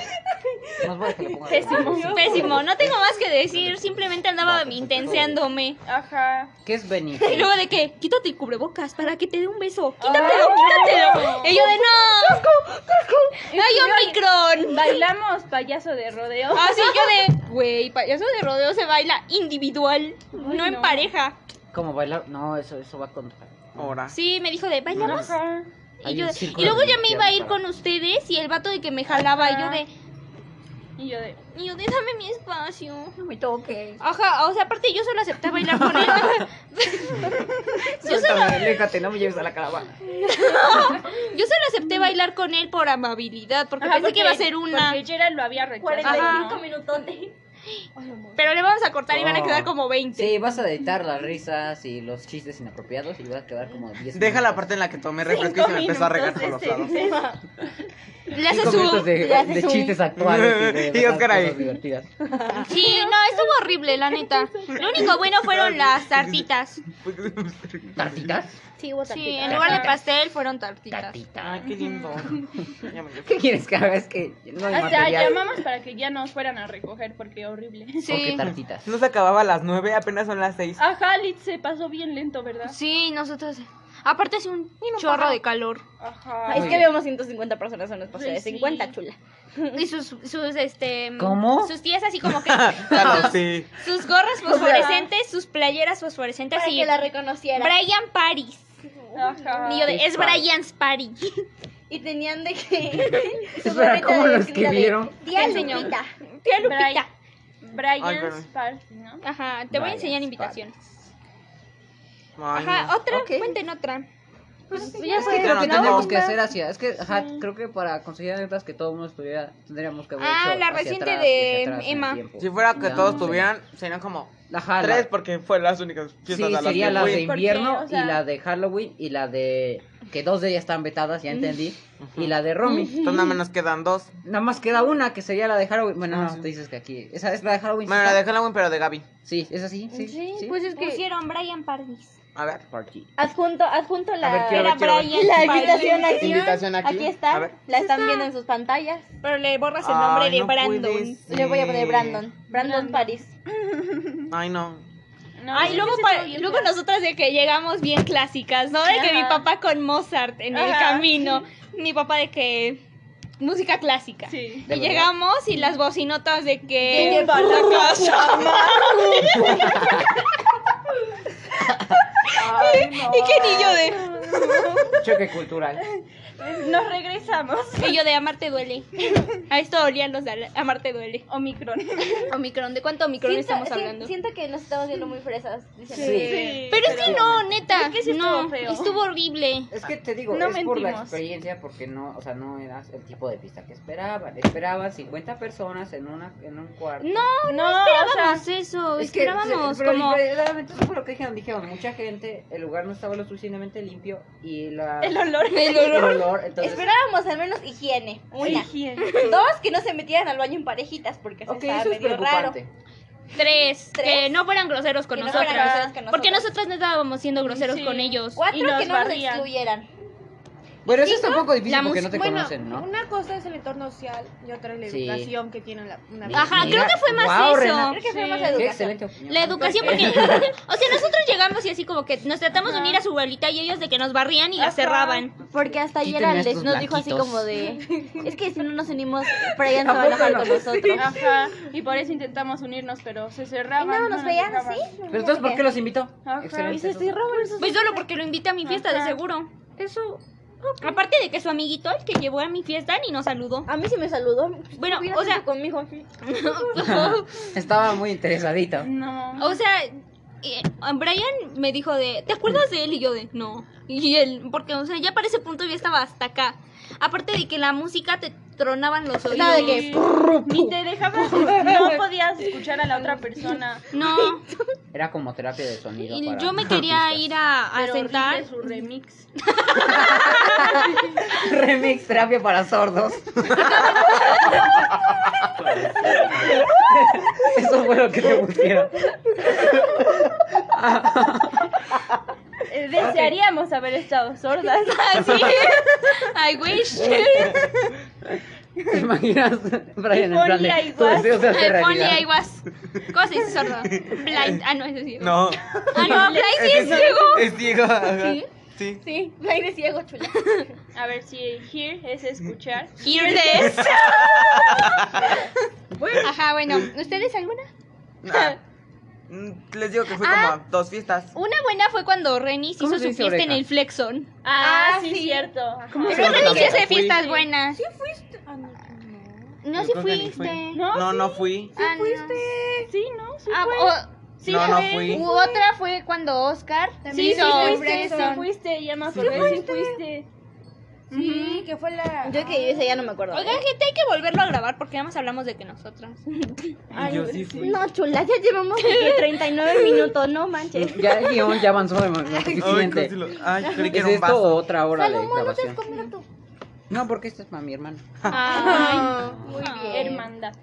G: Más bueno que lo ponga.
C: Pésimo, no tengo más que decir, simplemente andaba
G: pues,
C: intenseándome.
H: Ajá.
G: ¿Qué es venir?
C: Y luego de que, quítate el cubrebocas para que te dé un beso.
G: Ah.
C: Quítatelo, quítatelo. Y yo de no. Ay, Omicron.
H: Bailamos payaso de rodeo.
C: Así yo de, güey, payaso de rodeo se baila individual, no en pareja.
G: Como bailar. No, eso, eso va contra.
B: Ahora.
C: Sí, me dijo de, bailamos.
H: Ajá.
C: Y,
G: Hay un
C: yo de-
G: círculo
C: y luego
G: de
C: ya me iba a ir
G: limpieza.
C: con ustedes y el vato de que me jalaba, y yo de, Y yo de, y yo de, dame mi espacio.
H: No me toques.
C: Ajá, o sea, aparte yo solo aceptaba bailar con él. yo, solo,
E: Suéltame, aléjate, no me lleves a la caravana.
C: yo solo acepté bailar con él por amabilidad, porque
H: Ajá,
C: pensé
H: porque-
C: que iba a ser una.
H: Porque Gerald lo había rechazado.
F: 45
C: Ajá.
F: minutotes.
C: Pero le vamos a cortar y van a
E: Oh.
C: quedar como 20.
E: Sí, vas a editar las risas y los chistes inapropiados y vas a quedar como 10
B: Deja la parte en la que tomé refresco y se me empezó a regar por los lados.
C: Le hace
E: Cinco
C: su.
E: minutos de,
F: le haces
E: de
F: un-
E: chistes actuales y de
B: Y
E: verdad
B: Oscar ahí.
E: cosas divertidas.
C: Sí, no, estuvo horrible, la neta. Lo único bueno fueron las tartitas.
E: ¿Tartitas?
F: Sí, hubo
C: Sí, en lugar de pastel fueron tartitas.
E: ¿Tartitas? Ah, Qué lindo. ¿Qué quieres que haga? Es que no hay
H: Hasta
E: material.
H: llamamos para que ya nos fueran a recoger porque horrible.
E: ¿O qué
C: Sí.
E: tartitas?
B: No se acababa a las 9, apenas son las 6.
H: Ajá, Litz se pasó bien lento, ¿verdad?
C: Sí, nosotros. Aparte hace un chorro de calor.
H: Ajá.
F: Es que habíamos 150 personas en los pasos de
H: Sí.
F: 50, chula.
C: Y sus, sus este.
E: ¿Cómo?
C: Sus tías así como que.
B: Claro, sí.
C: Sus gorras fosforescentes, sus playeras fosforescentes
F: Para
C: y.
F: que la reconociera.
C: Brian Paris.
H: Ajá.
C: Y yo de, es Brian's Party.
F: Y tenían de que. su
E: Espera,
F: gorrita
E: ¿cómo
F: de-
E: lo
F: de-
E: escribieron?
F: Tía
C: El señor.
F: Lupita.
C: Tía
H: Brian.
C: Lupita.
B: Ay,
H: Brian's
B: perdón.
H: Party, ¿no?
C: Ajá, te voy a
E: Brian's
C: enseñar
E: Party.
C: invitaciones.
B: Ay,
C: Ajá,
B: no.
C: otra, cuenten otra. Pues
E: Es que
B: Pero
E: creo
B: no
E: que
B: tengo-
E: tenemos que hacer hacia. Es que, ajá, creo que para conseguir anécdotas que todo el mundo estuviera, tendríamos que haber
C: Ah,
E: hecho
C: la
E: hacia
C: reciente
E: atrás y hacia
C: de
E: atrás en el
C: Emma.
E: tiempo.
B: Si fuera que
E: Ya,
B: todos
E: no sé.
B: tuvieran, serían como
E: Ajá, la-
B: tres porque fue las únicas
E: Sí,
B: fiestas a las
E: sería
B: que
E: la
B: fui.
E: de invierno
H: Porque, o sea-
E: y la de Halloween y la de... Que dos de ellas están vetadas, ya entendí. Y la de Romy.
B: Entonces nada menos quedan dos.
E: Nada más queda una, que sería la de Halloween. Bueno,
B: Ah,
E: no,
B: sí.
E: tú dices que aquí... ¿Esa es la de Halloween?
B: Bueno,
E: sí
B: la de
E: está?
B: Halloween, pero de Gaby.
E: Sí, es así, sí. Sí,
C: Pues es que pusieron Brian Paris.
B: A ver.
F: Adjunto, adjunto la.
B: A ver, quiero ver,
C: Era
B: quiero ver.
C: Brian
F: La
C: Paris.
F: invitación aquí.
B: Invitación aquí. A
F: está.
B: ver.
F: La están viendo en sus pantallas.
C: Pero le borras el nombre
B: Ay,
C: de
B: no puede
C: Brandon.
B: ser.
F: Le voy a poner Brandon. Brandon París.
B: Ay, no.
H: No,
C: Ay,
H: sí,
C: luego,
H: sí,
C: pa-
H: sí, sí.
C: luego nosotras de que llegamos bien clásicas, ¿no? De que mi
H: Ajá.
C: papá con Mozart en el
H: Ajá.
C: camino. Mi papá de que música clásica.
H: Sí.
E: De
C: Y
E: verdad.
C: llegamos y las bocinotas de que
F: Tiene barra
C: y que ni yo de
E: Choque cultural.
H: Nos regresamos.
C: y yo de amarte duele. A esto olían los de al- amarte duele.
H: Omicron.
C: Omicron, ¿de cuánto Omicron
F: Siento,
C: estamos
F: si-
C: hablando?
F: siento que nos estamos viendo muy fresas. dicen.
H: Sí.
C: pero es que no, neta,
H: Es que sí
C: no,
H: estuvo feo.
C: estuvo horrible.
E: Es que te digo,
H: No
E: es por la
H: mentimos.
E: experiencia porque no, o sea, no era el tipo de fiesta que esperaban. Esperaban 50 personas en una en un cuarto.
C: No, no,
H: No,
C: esperábamos eso,
E: Es que,
C: esperábamos
E: pero
C: como
E: literalmente eso fue lo que dijeron, dijeron, mucha gente, el lugar no estaba lo suficientemente limpio y la
H: El olor.
E: el olor, entonces
F: Esperábamos al menos higiene. Una.
H: Higiene.
F: Dos, que no se metieran al baño en parejitas porque se
E: Ok,
F: estaba
E: eso es
F: medio raro.
E: preocupante.
C: Tres,
F: Tres.
C: que no fueran groseros con
F: Que no
C: nosotros.
F: fueran groseros con
C: Porque
F: nosotras.
C: nosotros no estábamos siendo groseros
H: Sí.
C: con ellos.
F: Cuatro,
H: Y nos
F: que no nos
H: barrían.
F: excluyeran.
E: Bueno, eso está un poco difícil
C: la
E: porque
C: mus-
E: no te
I: Bueno,
E: conocen, ¿no?
I: una cosa es el entorno social y otra es la
E: Sí.
I: educación que tiene la, una
C: Ajá, creo
E: Mira,
C: que fue más
E: guau,
C: eso.
E: Renata.
F: Creo que fue
H: Sí.
F: más
H: Qué
E: Qué
F: educación.
E: excelente opinión.
C: La educación, porque. o sea, nosotros llegamos y así como que nos tratamos de unir a su abuelita y ellos de que nos barrían y la
H: Ajá.
C: cerraban.
F: Porque hasta ayer
E: Quítenme a
F: Alex
E: estos
F: nos dijo así
E: blanquitos.
F: como de. Es que si no nos unimos, Brian se va a enojar con nosotros.
H: Ajá. Y por eso intentamos unirnos, pero se
F: Y
H: cerraban.
F: no, nos veían
H: dejaban.
F: así.
E: Pero entonces, ¿por qué los invitó?
H: Ajá,
E: Excelente,
H: y se
E: eso.
C: Pues solo porque lo invité a mi fiesta, de
H: Ajá.
C: seguro. Eso. Aparte de que su amiguito, el que llevó a mi fiesta, ni nos saludó.
F: A mí sí me saludó.
C: Bueno,
F: Hubiera
C: o sea-
F: sido conmigo.
E: Estaba muy interesadito.
H: No.
C: O sea, eh, Brian me dijo de, ¿te acuerdas de él? Y yo de, no. Y él, porque, o sea, ya para ese punto yo estaba hasta acá. Aparte de que la música te tronaban los oídos.
F: Nada de que.
H: Ni te dejabas. No podías escuchar a la otra persona.
C: No,
E: Era como terapia de sonido.
C: y
E: para
C: yo me quería ir a, a
H: Pero
C: sentar.
H: horrible su remix.
E: Remix terapia para sordos. Eso fue lo que te pusieron.
H: Eh, desearíamos haber estado sordas.
C: Así. I wish.
E: ¿Te imaginas, Brian, en
H: Ponle
E: plan
H: ahí,
E: de, tu deseo se hace
C: Eh, Ponle
E: realidad?
C: ahí was. ¿Cómo se dice sordo? Blind. Ah, no, eso sí.
B: No.
C: Ah, no, blind sí es ciego.
B: Es ciego. ajá. Sí.
F: Sí, aire ciego, chula.
H: A ver si here es escuchar.
C: Hear this. Ajá, bueno. ¿Ustedes alguna?
B: Ah, mm, Les digo que fui como a dos fiestas.
C: Una buena fue cuando Renis hizo
E: ¿Cómo
C: su
E: se dice
C: fiesta en
E: oreja?
C: el Flexon.
H: Ah,
F: Ah,
H: sí,
F: sí.
H: cierto. Ajá.
B: se llama?
C: Renis hace
B: Fui.
C: fiestas buenas. pues
I: ¿Qué fuiste? Ah, no, no.
F: No,
B: Yo
F: si
B: creo que ni fui.
F: fuiste.
B: No, no fui.
C: Ah, no.
H: Sí, ¿no? Sí
C: Ah,
H: fue.
C: o- sí,
B: No, no
C: fue.
B: fui.
C: U otra fue cuando Oscar
H: Sí, sí,
C: hizo
H: fuiste, sí
C: Bresson.
H: fuiste, ya me acordé, sí fuiste. Sí, que fue la...
F: Yo que yo ese ya no me acuerdo.
C: Oigan, gente, hay que volverlo a grabar porque ya más hablamos de que nosotras.
B: Y yo sí fui.
F: No, chula, ya llevamos aquí 39 minutos, no manches.
E: Ya el guión ya avanzó de manera
B: Ay,
E: suficiente.
B: casi lo- Ay, creí que
E: ¿Es
B: era un
E: esto
B: vaso.
E: o otra hora de
F: Salomón, no te has
E: grabación?
F: comido tú.
E: No, porque esto es para mi hermano.
C: muy
H: Hermandad.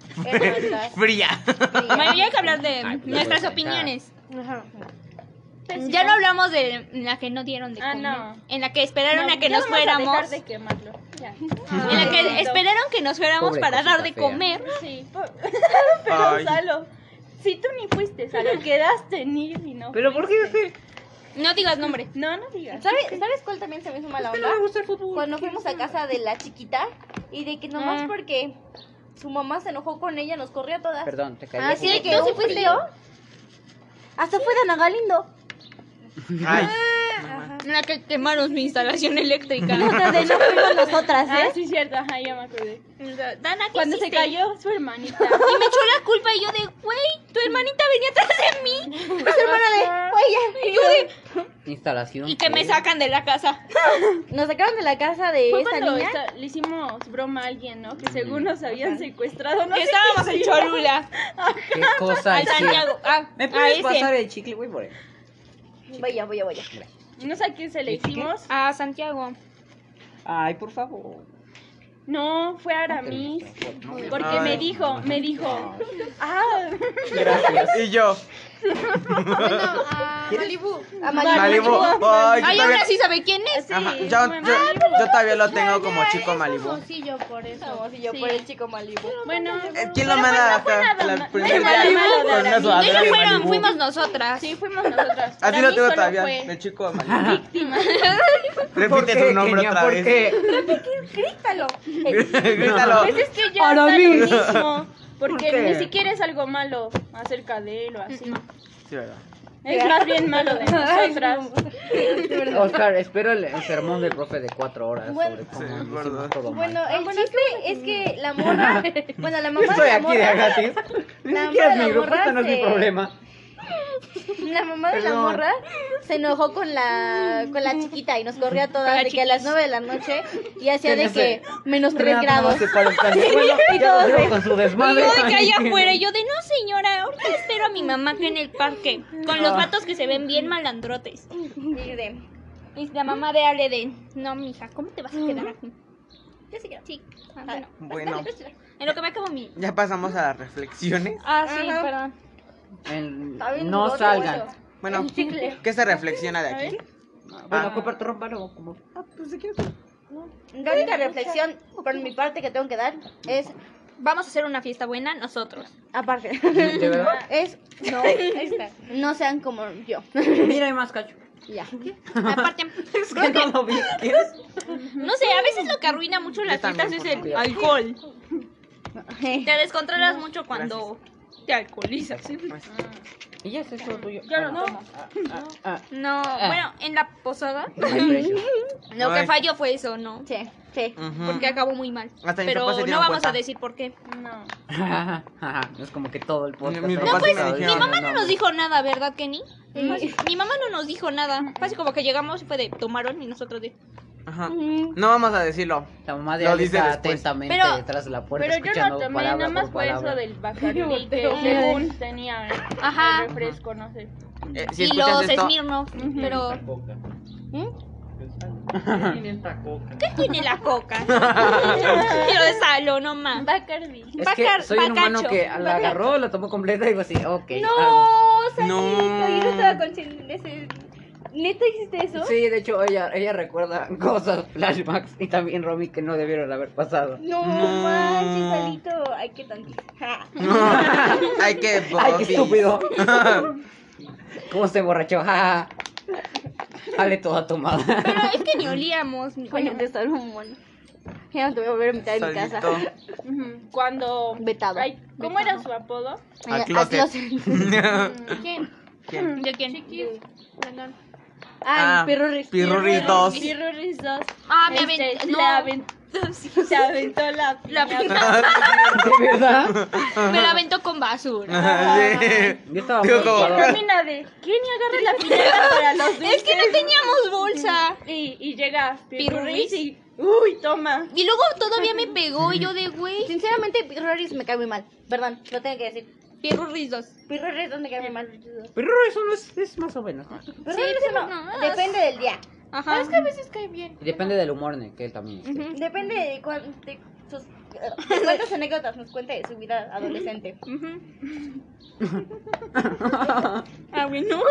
B: Fría.
C: Bueno, ya hay que hablar de
E: Ay, pues,
C: nuestras
E: pues,
C: opiniones.
H: Pues,
C: Ya no hablamos de la que no dieron de
H: Ah,
C: comer,
H: no.
C: En la que esperaron a que
H: Ya
C: nos
H: vamos dejar
C: fuéramos. Ah.
H: de quemarlo. Ya.
C: En la que esperaron que nos fuéramos
E: Pobre
C: para dar
E: cosita
C: de
E: fea.
C: comer.
H: Sí, po- pero
B: Ay.
H: Salo, si tú ni fuiste, Salo, quedaste ni ni no.
E: ¿Pero por qué? ¿Qué?
C: No digas nombre.
H: No, no digas.
F: ¿Sabe- ¿Sabes cuál también se me hizo mala onda?
E: gusta el fútbol.
F: Cuando fuimos a casa de la chiquita y de que nomás
C: Ah.
F: porque su mamá se enojó con ella nos corrió a todas.
E: Perdón, te caí.
F: Así Ah, de que
C: ¿No
F: un
C: se fuiste?
F: frío. Hasta fue Dana Galindo.
B: Ay,
C: En la que quemaron mi instalación eléctrica.
F: Puta, de no fuimos nosotras,
H: Ah,
F: ¿eh?
H: sí, cierto, ajá, ya me acordé.
C: Dana, ¿qué
H: Cuando se
C: hiciste?
H: cayó su hermanita.
C: Y me echó la culpa y yo de, güey, tu hermanita venía atrás de mí.
F: Y su hermana de, oye,
E: Instalación.
C: Y que me sacan de la casa.
F: Nos sacaron de la casa de
H: Fue
F: esa
H: cuando
F: niña.
H: esta- le hicimos broma a alguien, ¿no? Que
B: Mm.
H: según nos habían secuestrado, no sé
C: Estábamos
H: qué
C: en
H: hicieron.
C: Cholula.
E: ¿Qué cosa
C: Al
E: hicieron?
C: Santiago. Ah,
E: ¿Me
C: a
E: puedes
C: ese.
E: pasar el chicle, güey? Por ahí?
F: Vaya, vaya, vaya.
H: No sé a quién se le hicimos.
C: A Santiago.
E: Ay, por favor.
H: No, fue a Aramis. Porque
B: Ay.
H: me dijo, me dijo. Ah,
E: Gracias.
B: y yo.
F: A
B: Malibu. Ay, yo
C: Ay,
B: todavía-
C: ahora sí sabe quién es.
B: Ajá,
H: sí,
B: yo,
H: mamá.
B: yo, yo todavía lo tengo como chico Malibu.
H: Famosillo por eso.
F: Famosillo Ah, por el chico Malibu.
H: Bueno,
B: Eh, ¿Quién lo manda
H: fue
B: hasta
H: nada
B: la
H: ma-
B: primera
H: nada
B: vez?
H: malo de
B: Con una
H: Aramis.
B: sudadera de
C: Ellos fueron,
B: Malibu.
C: fuimos nosotras.
H: sí, fuimos nosotras.
B: Así
H: Para
B: lo
H: mí
B: tengo
H: solo
B: todavía,
H: fue
B: de chico Malibu.
H: víctima.
B: Repite tu nombre otra vez.
H: Grítalo.
B: Grítalo.
H: Pues es que ya está lo mismo. Porque ni siquiera es algo malo acerca de él o así.
B: Sí, ¿verdad?
H: Es más bien malo de nosotras.
E: Oscar, espero el, el sermón del profe de cuatro horas sobre
B: Sí,
E: cómo hicimos
B: gordo.
E: todo mal.
F: Bueno, el chiste es que la morra, bueno, la mamá
E: Estoy
F: de la
E: aquí de
F: morra,
E: gratis. Ni
F: La
E: siquiera es
F: morra,
E: mi
F: la
E: grupo,
F: morra
E: esto no es mi
F: se-
E: problema.
F: la mamá de la
B: Perdón.
F: morra se enojó con la con la chiquita y nos corrió a todas de que a las 9 de la noche y hacía de que menos 3 grados.
E: Relájate para el sanguijuelo,
F: Y
E: ya
F: todos
E: lo
F: de-
E: veo con su desmadre.
C: Yo de que allá afuera, yo de no señora, ahorita espero a mi mamá que en el parque, con los vatos que se ven bien malandrotes.
F: Y de,
C: Y la mamá de Ale de, no mija, ¿cómo te vas a quedar aquí? Yo sí Sí. Ah, bueno.
B: Bueno,
C: En lo que me acabo mi.
B: ya pasamos a las reflexiones.
C: Ah, sí, perdón.
E: El-
F: Está bien
E: No
F: duro,
E: salgan.
B: Bueno, ¿qué se reflexiona de aquí?
E: Bueno, comparte rómpalo como.
F: la única reflexión por mi parte que tengo que dar es
C: Vamos a hacer una fiesta buena nosotros.
F: aparte
E: ¿De verdad?
F: es no no sean como yo.
E: Mira, hay más cacho.
F: Ya.
C: Aparte,
E: Es que no lo vi. ¿Qué es?
C: no sé, a veces lo que arruina mucho las
B: también,
C: fiestas es
B: por
C: el alcohol. Te descontrolas mucho cuando te alcoholizas.
B: Pues,
E: Y ya es eso lo tuyo.
H: Yo no tomo.
E: Ah,
C: No, bueno, en la posada
E: ah, ay, precio.
C: lo que
B: Ay.
C: falló fue eso, ¿no?
F: Sí, sí.
B: Ujú.
C: Porque acabó muy mal.
B: Hasta mis
C: Pero no
B: papás se
C: vamos
B: dieron cuenta.
C: a decir por qué.
H: No.
E: Ajá, ajá, no es como que todo el podcast.
B: Mis
E: haya
B: papás sí me
E: estado
B: dijeron.
E: diciendo
C: Mi mamá no
E: nombres.
C: nos dijo nada, ¿verdad, Kenny? Mi mamá no nos dijo nada. Casi como que llegamos y fue de tomaron y nosotros de.
B: Ajá.
F: Mm.
B: No vamos a decirlo.
E: La mamá de
B: Lo
E: Ale
B: dice
E: está
B: después.
E: atentamente
C: Pero-
E: detrás de la puerta
H: Pero yo no
E: escuchando
H: tomé,
E: palabra
H: nada más
E: por
H: fue eso
E: palabra.
H: del Bacardi que según tenía
C: Ajá.
H: el refresco, no sé.
B: Eh, si
C: y
B: escuchas
C: los
B: esto,
C: Smirnoff. Pero, ¿Mm? ¿qué tiene la coca? Quiero de salo, no más.
H: Bacardi.
E: Es que
C: Bacar-
E: soy un humano
C: bacacho,
E: que la agarró, la tomó completa y fue así, ok. ah, algo.
F: No, Sanito,
B: No.
F: yo no estaba consciente de ese. ¿Neta existe eso?
E: Sí, de hecho, ella, ella recuerda cosas, flashbacks y también Romy que no debieron haber pasado.
F: No,
B: No.
F: manches, Salito. Ay, qué tantito. Ja.
B: hay que.
E: ¡Ay, qué estúpido! ¿Cómo se borrachó? ¡Ja! Ale toda tomada.
C: Pero es que ni olíamos. ni-
F: Oye,
C: Bueno,
F: te Salomón. Ya no te voy a volver a invitar en mi casa.
B: Solito.
H: Ujú, Cuando.
F: Vetado.
H: Ay, ¿Cómo era su apodo?
B: Al
F: Al
B: closet.
F: closet.
C: ¿quién?
B: ¿Quién?
C: ¿De quién? Perdón.
F: Ah,
B: Ah,
F: Pirurris.
B: Pirurris dos.
F: Pirurris 2.
C: Ah, me
F: Este,
C: aventó.
F: la aventó. Se aventó la,
C: La
F: piñata.
E: ¿De verdad?
C: Me la aventó con basura.
B: Sí.
E: Yo estaba
B: Digo,
E: muy
B: como-
E: ocupado.
F: Termina de. ¿Quién agarra la piñata para los dulces?
C: Es que no teníamos bolsa.
F: Y, y llega Pirurris
C: Pirurris.
F: y. Uy, toma.
C: Y luego todavía me pegó y yo de güey.
F: Sinceramente, Pirurris me cae muy mal. Perdón, lo tengo que decir.
C: Pirurris 2.
F: Pirurris, ¿dónde cae muy mal?
E: Pero eso no es, es más o menos. ¿no?
F: Pirurris no.
C: no.
F: Depende del día.
C: Ajá.
I: Es que a veces cae bien.
E: Y Depende del humor ne, que él también. esté.
F: Depende de, cuán- de sus- de cuántas anécdotas nos cuente de su vida adolescente. ah, bueno.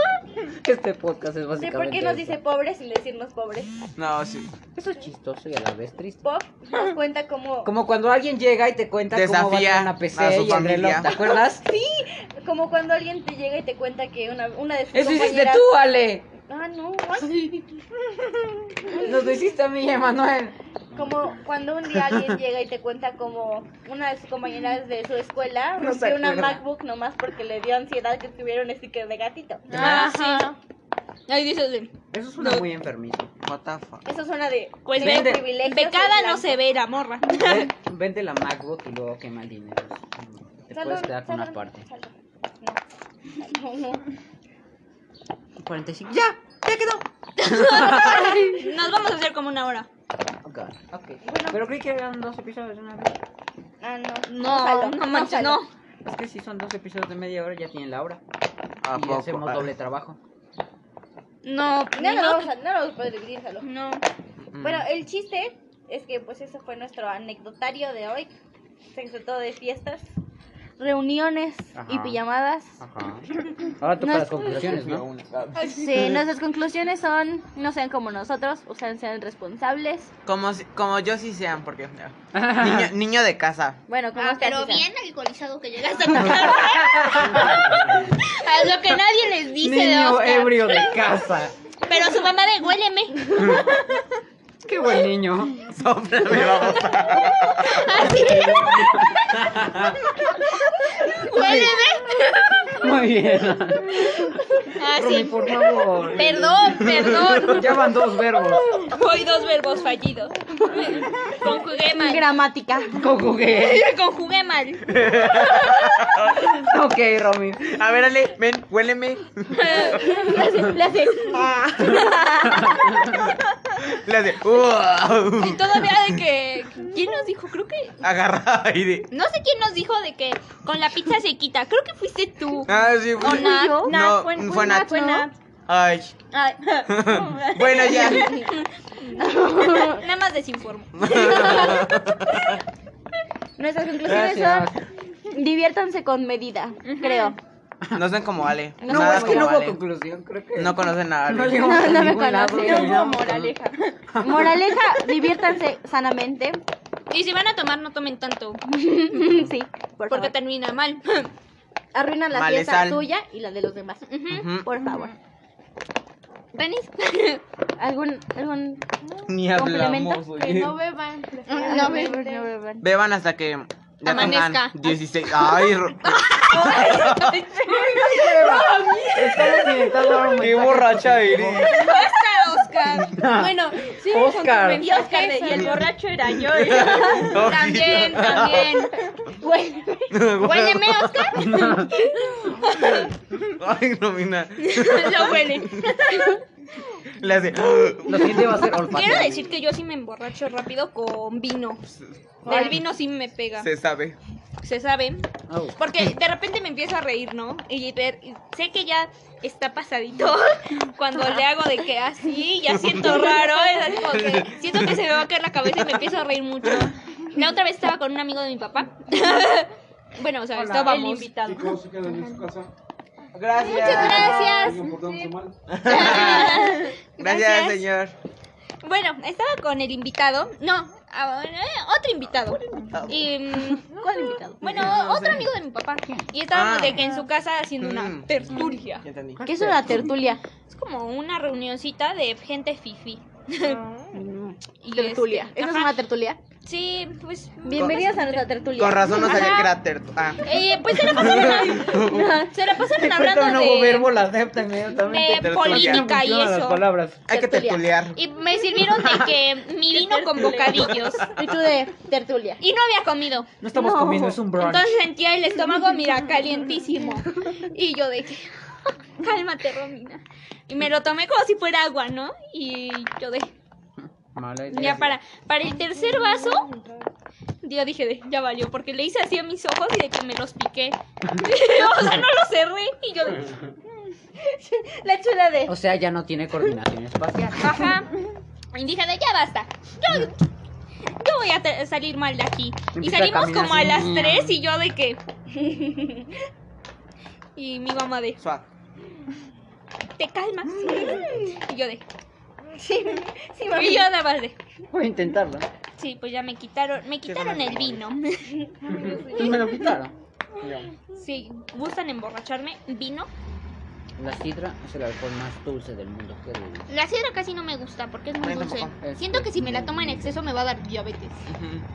E: Este podcast es
F: ¿De
E: básicamente.
F: por qué nos
E: eso.
F: dice pobres sin decirnos pobres?
B: No, sí.
E: Eso es chistoso y a la vez triste.
F: Pop nos cuenta como, como,
E: Como cuando alguien llega y te cuenta cómo
B: Desafía
E: va una PC
B: a su
E: y el reloj,
B: familia.
E: ¿te acuerdas?
F: cuando alguien te llega y te cuenta que una, una de sus
E: Eso hiciste
F: compañeras...
E: tú, Ale.
F: Ah, no.
E: Nos lo hiciste a mí y a Emanuel.
F: Como cuando un día alguien llega y te cuenta como una de sus compañeras de su escuela
E: No se
F: rompió una
E: acuerda.
F: MacBook nomás porque le dio ansiedad que tuviera un sticker de gatito.
C: Ah, sí. Ahí dices de.
E: Eso suena muy enfermizo.
B: What the fuck.
F: Eso suena de...
C: Pues
F: tiene
E: vende-
F: privilegios,
C: Becada
F: es
C: no
F: blanco.
C: se ve la morra.
E: Ve- Vende la MacBook y luego quema el dinero. Te puedes quedar con una parte.
F: No, Ah, no, no.
E: 45. ¡Ya! ¡Ya quedó!
C: Nos vamos a hacer como una hora.
E: Ok, ok. Pero creí que eran dos episodios de una vez.
F: Ah, no.
C: No, no manches, no.
E: Es que si son dos episodios de media hora, ya tienen la hora.
B: ¿A
E: y
B: poco?
E: hacemos
B: Ah.
E: doble trabajo.
C: No,
F: No,
C: ni
F: no,
C: no.
F: vamos a- no lo vamos a poder dividir, Jalo.
C: No.
E: Mm.
F: Bueno, el chiste es que pues ese fue nuestro anecdotario de hoy. Se trató de fiestas, reuniones y
E: Ajá.
F: pijamadas.
E: Ajá. Ahora toca
F: No,
E: las conclusiones, ¿no?
F: Sí, nuestras conclusiones son, no sean como nosotros, o sea, sean responsables.
B: Como, si- como yo sí sean, porque. Niño, niño de casa.
F: Bueno, como
C: Ah,
F: ustedes
C: pero
F: dicen.
C: bien alcoholizado que llegaste a tu casa. A lo que nadie les dice de
E: Niño
C: Oscar.
E: ebrio de casa.
C: Pero su mamá de huéleme.
E: Qué buen niño.
B: Sóplame, vamos.
C: Así. huéleme.
E: Muy bien.
F: Ah,
E: Rumi,
C: Así.
E: por favor.
C: Perdón, perdón.
E: Ya van dos verbos.
C: Voy dos verbos fallidos. Conjugué mal.
F: Gramática.
E: Conjugué.
C: Conjugué mal.
E: Ok, Romy.
B: A ver, Ale, ven, huéleme.
F: Le hace- le hace,
B: Le hace. uh, "Uah".
C: Y todavía de que. ¿Quién nos dijo? Creo que.
B: Agarra aire.
C: No sé quién nos dijo de que con la pizza se quita. Creo que fuiste tú.
B: Ah, sí, fue.
C: O Nat.
B: No,
F: Nat,
B: fue,
F: fue-
B: Nat.
F: fue Nat.
B: Ay.
F: Ay.
B: bueno, ya.
C: Nada más desinformo.
F: Nuestras conclusiones son, diviértanse con medida, creo.
B: No son como Ale.
E: No,
B: Nada
E: es que
B: como
E: no hubo
B: Ale.
E: conclusión, creo que.
B: No conocen a Ale.
E: No llegamos a
F: No, no me
E: ningún lado.
F: conoce. No hubo
E: llegamos a-
F: moraleja. Moraleja, diviértanse sanamente.
C: Y si van a tomar, no tomen tanto.
F: sí, por
C: Porque
F: favor.
C: termina mal.
F: Arruinan la
B: Malezal.
F: fiesta tuya y la de los demás.
B: Ujú.
F: Por favor.
C: ¿Venis?
F: ¿Algún, algún
B: Ni
F: complemento?
B: hablamos, oye.
I: beban.
F: No beban, no beban.
B: Beban hasta que. Ya tengan
C: Amanezca.
B: 16. Ay, Ro-
E: Estamos intentando dar un
B: qué
E: mensaje
B: borracha
E: positivo.
B: eres.
F: Bueno, sí,
E: Oscar.
F: y Oscar de- y el borracho era yo.
C: También, también.
F: Güey,
C: Huéleme, Oscar.
B: Ay, Romina.
C: Lo huele.
B: Le hace.
E: Lo siguiente va a ser olfato.
C: Quiero decir que yo sí me emborracho rápido con vino. El vino sí me pega.
B: Se sabe.
C: Se sabe.
E: Oh.
C: Porque de repente me empiezo a reír, ¿no? Y, ver- y sé que ya está pasadito cuando le hago de que así, ya siento raro, es así como que siento que se me va a caer la cabeza y me empiezo a reír mucho. La otra vez estaba con un amigo de mi papá. bueno, o sea, estábamos.
J: Chicos, se quedan en su casa.
C: Gracias.
J: Sigan portándose mal.
B: Gracias, señor.
C: Bueno, estaba con el invitado. No, ah, bueno, eh, otro invitado. Y, mm,
F: ¿Cuál invitado?
C: bueno, otro amigo de mi papá. Y estábamos
B: Ah.
C: de que en su casa haciendo una
B: Mm.
C: tertulia.
B: Ya entendí.
F: ¿Qué es una tertulia?
C: Es como una reunioncita de gente fifi. Y
F: Tertulia.
C: este,
F: ¿Eso es
C: ajá.
F: una tertulia?
C: Sí, pues.
F: Bienvenidos a nuestra tertulia.
B: Con razón no sabía
C: Ajá.
B: que era terto. Ah.
C: Eh, pues se la pasaron, a- se la pasaron hablando
E: Ahorita un nuevo
C: de,
E: verbo, la acepta inmediatamente.
C: de
B: tertulia.
C: política y
E: Funcionan las
C: eso.
E: palabras.
B: Hay que tertuliar.
C: Y me sirvieron de que mi vino con bocadillos.
F: Y tú de tertulia.
C: Y no había comido.
E: No estamos
F: No.
E: comiendo, es un brunch.
C: Entonces sentía el estómago, mira, calientísimo. Y yo de que, cálmate, Romina. Y me lo tomé como si fuera agua, ¿no? Y yo de,
E: Mala idea.
C: ya para, para el tercer vaso, yo dije de, ya valió, porque le hice así a mis ojos y de que me los piqué. o sea, no los cerré. Y yo de,
F: La chula de.
E: O sea, ya no tiene coordinación espacial.
C: Ajá. Y dije, de ya basta. Yo, yo voy a te- salir mal de aquí. Y
E: Empieza a
C: salimos
E: caminar
C: como a
E: así.
C: las 3 y yo de que... y mi mamá de,
B: Suave.
C: ¿te calmas? y yo de... y yo nada más de...
E: Voy a intentarlo.
C: Sí, pues ya me quitaron, me quitaron el vino.
E: Tú me lo quitaron.
C: Si gustan emborracharme, vino.
E: La sidra es el alcohol más dulce del mundo. Qué rico.
C: La sidra casi no me gusta porque es muy
B: A mí
C: dulce.
B: tampoco.
E: Es
C: Siento
E: muy-
C: que si me la tomo en exceso me va a dar diabetes.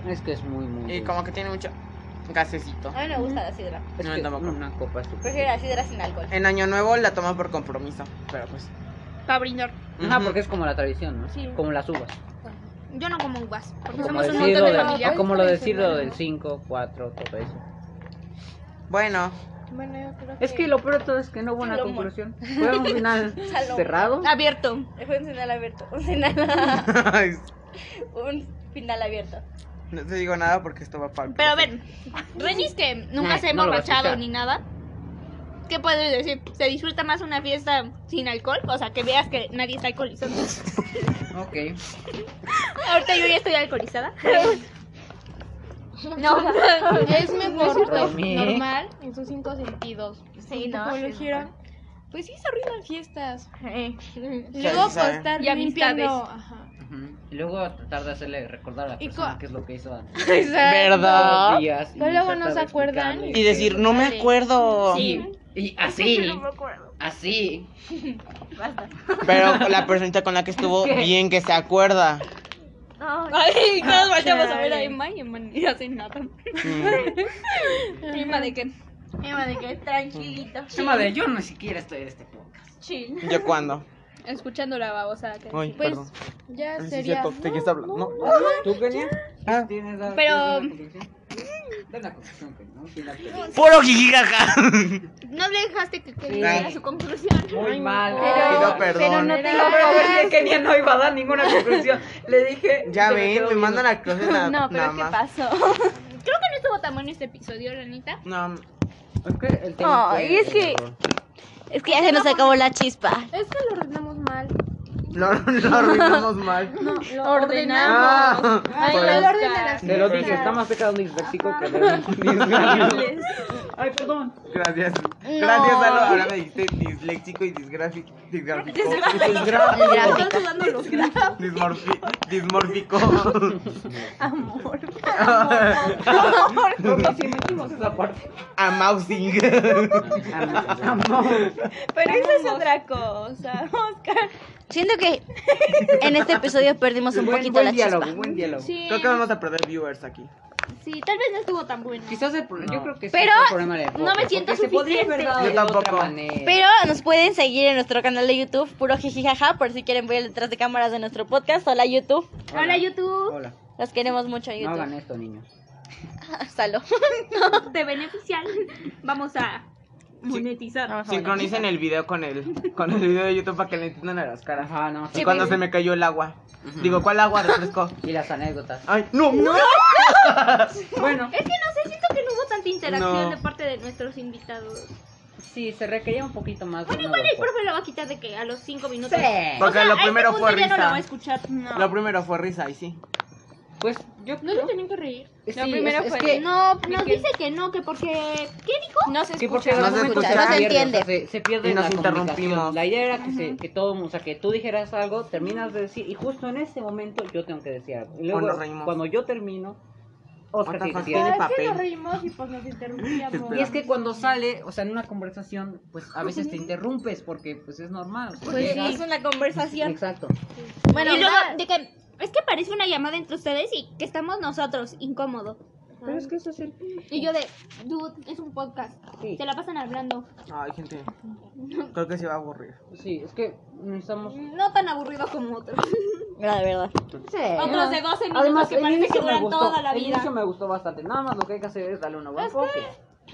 E: Es que es muy, muy.
B: Y
E: dulce.
B: como que tiene mucho gasecito.
F: A mí me gusta la sidra.
E: Es
B: No,
E: que
B: tampoco.
E: una copa es súper.
F: Prefiero la sidra sin alcohol.
B: En Año Nuevo la toman por compromiso. Pero pues.
C: Para brindar.
E: Ajá, porque es como la tradición, ¿no? Como las uvas.
C: Yo no como uvas porque
E: Como
C: Pues somos un
E: decirlo
C: montón de
E: del-
C: familia.
E: ah, como lo decirlo del 5, 4, todo eso.
B: Bueno,
I: Bueno, yo creo
E: Es que lo peor de todo es que no hubo una
F: Salomón.
E: conclusión. Fue un final
F: Salomón.
E: cerrado.
C: Abierto.
F: Fue un final abierto. Un final,
B: Ay,
F: un final abierto.
B: no te digo nada porque esto va para.
C: Pero a ver, Renis que nunca
E: Nah,
C: se ha
E: no lo va a
C: emborrachado
E: escuchar.
C: ni nada, ¿qué puedes decir? ¿Se disfruta más una fiesta sin alcohol? O sea, que veas que nadie está alcoholizado.
E: Ok.
C: Ahorita yo ya estoy alcoholizada.
I: Pues Es mejor pues,
E: Romy.
I: normal en sus cinco sentidos.
F: Sí, no,
I: Como
F: sí,
I: lo
F: no.
I: dijeron. Pues sí, se arruinan fiestas.
B: Sí,
I: Luego
B: sí,
I: por
B: saben.
I: estar
C: Y amistades.
I: limpiando, ajá.
E: Ujú. Y luego tratar de hacerle recordar a la
I: Y
E: persona
I: co-
E: qué es lo que hizo antes.
B: ¿Verdad?
E: Todos los días, y
I: Pero luego
E: tratar
I: no
E: de
I: se acuerdan.
E: explicarle
B: Y decir, no me acuerdo.
E: Sí, y así. Así.
B: Pero la personita con la que estuvo, bien que se acuerda.
C: Ay, todos volteamos a ver a Emma y Emma ni hace nada. Emma de que
F: Emma, de que tranquilito.
E: Chema de yo ni siquiera estoy en este podcast.
F: Chill.
B: ¿Yo cuándo?
C: escuchando la babosa. que-
B: Ay,
I: Pues
B: perdón.
I: ya
B: Sí, es
I: sería.
B: cierto, te quieres hablar. No.
E: ¿Tú, Kenia?
B: Ah,
E: ¿Tienes la-
C: Pero-
E: tienes una conclusión? Da una conclusión, Kenia, un final feliz.
B: Puro jijijaja.
C: No le dejaste que, que
E: Sí.
C: dijera su conclusión.
E: Muy mal.
B: Pido
E: Pero,
B: perdón.
E: lo peor es que Kenia no iba a dar ninguna conclusión. Le dije.
B: Ya
E: se me
B: ven,
E: quedó
B: me
E: viendo.
B: mandan a clase nada,
F: No, pero
B: nada
F: ¿qué
B: más.
F: pasó?
C: Creo que no estuvo tan bueno este episodio, la neta.
B: No,
E: Es que el tema
F: Ay,
E: fue
F: es
E: el
F: que-
E: error.
F: Es que ya se nos acabó la chispa.
I: Es que lo ordenamos mal.
B: lo, lo arruinamos mal.
I: Lo
B: Ah,
I: Ay,
B: pues,
I: el orden de las
E: Te lo
I: cosas.
E: dije, está más pecado un disléxico que de Ay, perdón.
B: Gracias. Gracias, Lalo. Ahora me dijiste disléxico y disgráfico. Disgráfico. Dismorfi- dismórfico.
E: Porque si metimos esa parte.
B: Amousing.
E: Ah,
F: Pero esa es otra cosa, Oscar. Siento que en este episodio perdimos un
E: Buen,
F: poquito
E: buen
F: la
E: diálogo,
F: chispa.
E: buen diálogo.
C: Sí,
B: Creo que vamos a perder viewers aquí.
C: sí, tal vez no estuvo tan bueno.
E: Quizás el problema, yo creo que sí
C: Pero
E: es el problema de
C: no me siento
E: porque se podría haber dado
B: Yo
E: de otra
B: tampoco.
E: manera.
F: Pero nos pueden seguir en nuestro canal de YouTube, puro jijijaja, por si quieren ver detrás de cámaras de nuestro podcast. Hola YouTube.
E: Hola, YouTube. Hola.
F: Los queremos mucho
E: No hagan
F: YouTube.
E: esto, niños.
F: Salud.
C: de beneficiar, vamos a monetizar.
B: Sincronicen el video con el, con el video de YouTube para que le entiendan a las caras.
E: Ajá, ah, no.
B: Y cuando se me cayó el agua. Digo, ¿cuál agua? Refresco.
E: Y las anécdotas.
B: Ay, no. No.
E: Bueno,
C: Es que no sé, siento que no hubo tanta interacción
B: No.
C: de parte de nuestros invitados.
E: sí, se requería un poquito más. de
C: Bueno,
E: una
C: igual el
E: voz.
C: profe lo va a quitar de que a los cinco minutos.
E: Sí.
B: Porque lo
C: a este
B: primero
C: punto
B: fue
C: ya no lo va a
B: risa.
C: escuchar.
B: Lo primero fue risa, y sí.
E: Pues yo
I: No se tenían que reír.
E: Sí,
I: Lo primero
E: es- es
I: fue.
E: que-
C: No, nos dice que no, que porque... ¿Qué dijo? No se
E: Sí, porque
B: No
E: no,
B: se
E: se,
B: escucha. No se
F: entiende.
E: se, se pierde
B: Y nos
E: la
B: interrumpimos.
E: comunicación. La idea era que, se, que todo mundo, o sea, que tú dijeras algo, terminas de decir, y justo en ese momento yo tengo que decir algo. Y
B: O nos
E: luego,
B: reímos.
E: cuando yo termino,
B: What
E: Oscar
B: the
E: tiene
B: fuck?
E: que
I: Pero
E: decir.
I: es que
B: papel.
I: nos reímos y pues nos interrumpíamos.
E: Y es que cuando sale, o sea, en una conversación, pues a veces te interrumpes, porque pues es normal. o sea,
F: Pues sí,
E: llegas-
F: es una conversación.
E: Exacto.
F: Bueno,
C: y luego, de que es que parece una llamada entre ustedes y que estamos nosotros, incómodo.
I: Pero es que eso es el...
C: Y yo de, dude, es un podcast.
E: Sí.
C: Se la pasan hablando.
B: Ay, gente. Creo que se va a aburrir.
E: Sí, es que necesitamos.
C: No tan aburrido como otros.
F: La verdad.
E: Sí.
C: Otros de 12 minutos
E: Además,
C: que
E: el
C: parece que
E: inicio me
C: duran
E: gustó.
C: toda la
E: El
C: vida.
E: inicio me gustó bastante. Nada más lo que hay que hacer es darle una buena enfoque.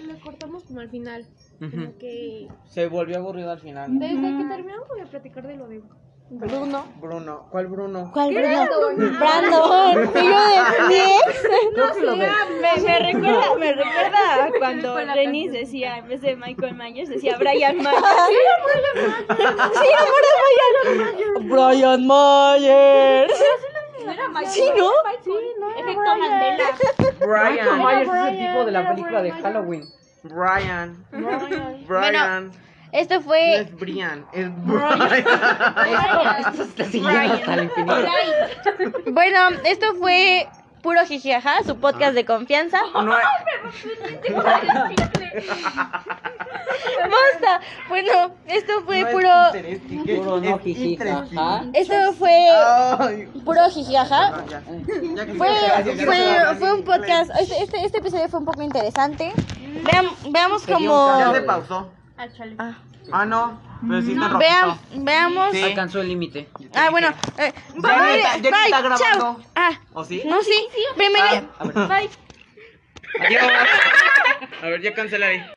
D: Le cortamos como al final.
B: Ujú.
D: Como que.
B: Se volvió aburrido al final.
D: Desde que terminamos voy a platicar de lo de.
F: Bruno.
B: Bruno, ¿cuál Bruno?
F: ¿Cuál Bruno? Brandon. Y yo de mi ex.
E: Creo que lo de-
H: Me, me recuerda, me recuerda a cuando Denise decía, en vez de Michael Myers, decía Brian Myers.
F: Sí, amor de Brian. Brian Myers. Sí, ¿no?
C: Efecto Mandela.
E: Michael
B: Brian.
E: Myers es el tipo de la película de Halloween.
B: Brian. Brian.
F: Bueno, eh, Esto fue.
B: es Brian. Es Brian.
E: Esto está siguiendo hasta el infinito.
F: Bueno, esto fue Puro Jijiaja, su podcast de confianza.
B: No es-
F: Basta. Bueno, esto fue
B: no es
F: puro.
B: interesting, que
E: Puro no
B: es
E: jiji,
B: interesting.
E: jaja.
F: Esto fue
B: Ay,
F: Puro Jijiaja.
B: no, ya. Ya que-
F: Fue,
B: ya que- ya que-
F: fue, fue un
B: ya que-
F: podcast. Este, este, este episodio fue un poco interesante. Veam- veamos
E: dio un
F: como.
B: Ya se pausó. Ah, no. Pero sí está
F: Veam-
B: rojito.
F: veamos.
B: Sí.
E: Alcanzó el límite.
F: Ah, bueno. eh,
B: Ya no está- ya no está
F: bye,
B: grabando.
F: chao. Ah,
B: ¿O sí? ah.
F: no, sí. Bienvenido.
B: Adiós. A ver, ya cancelaré.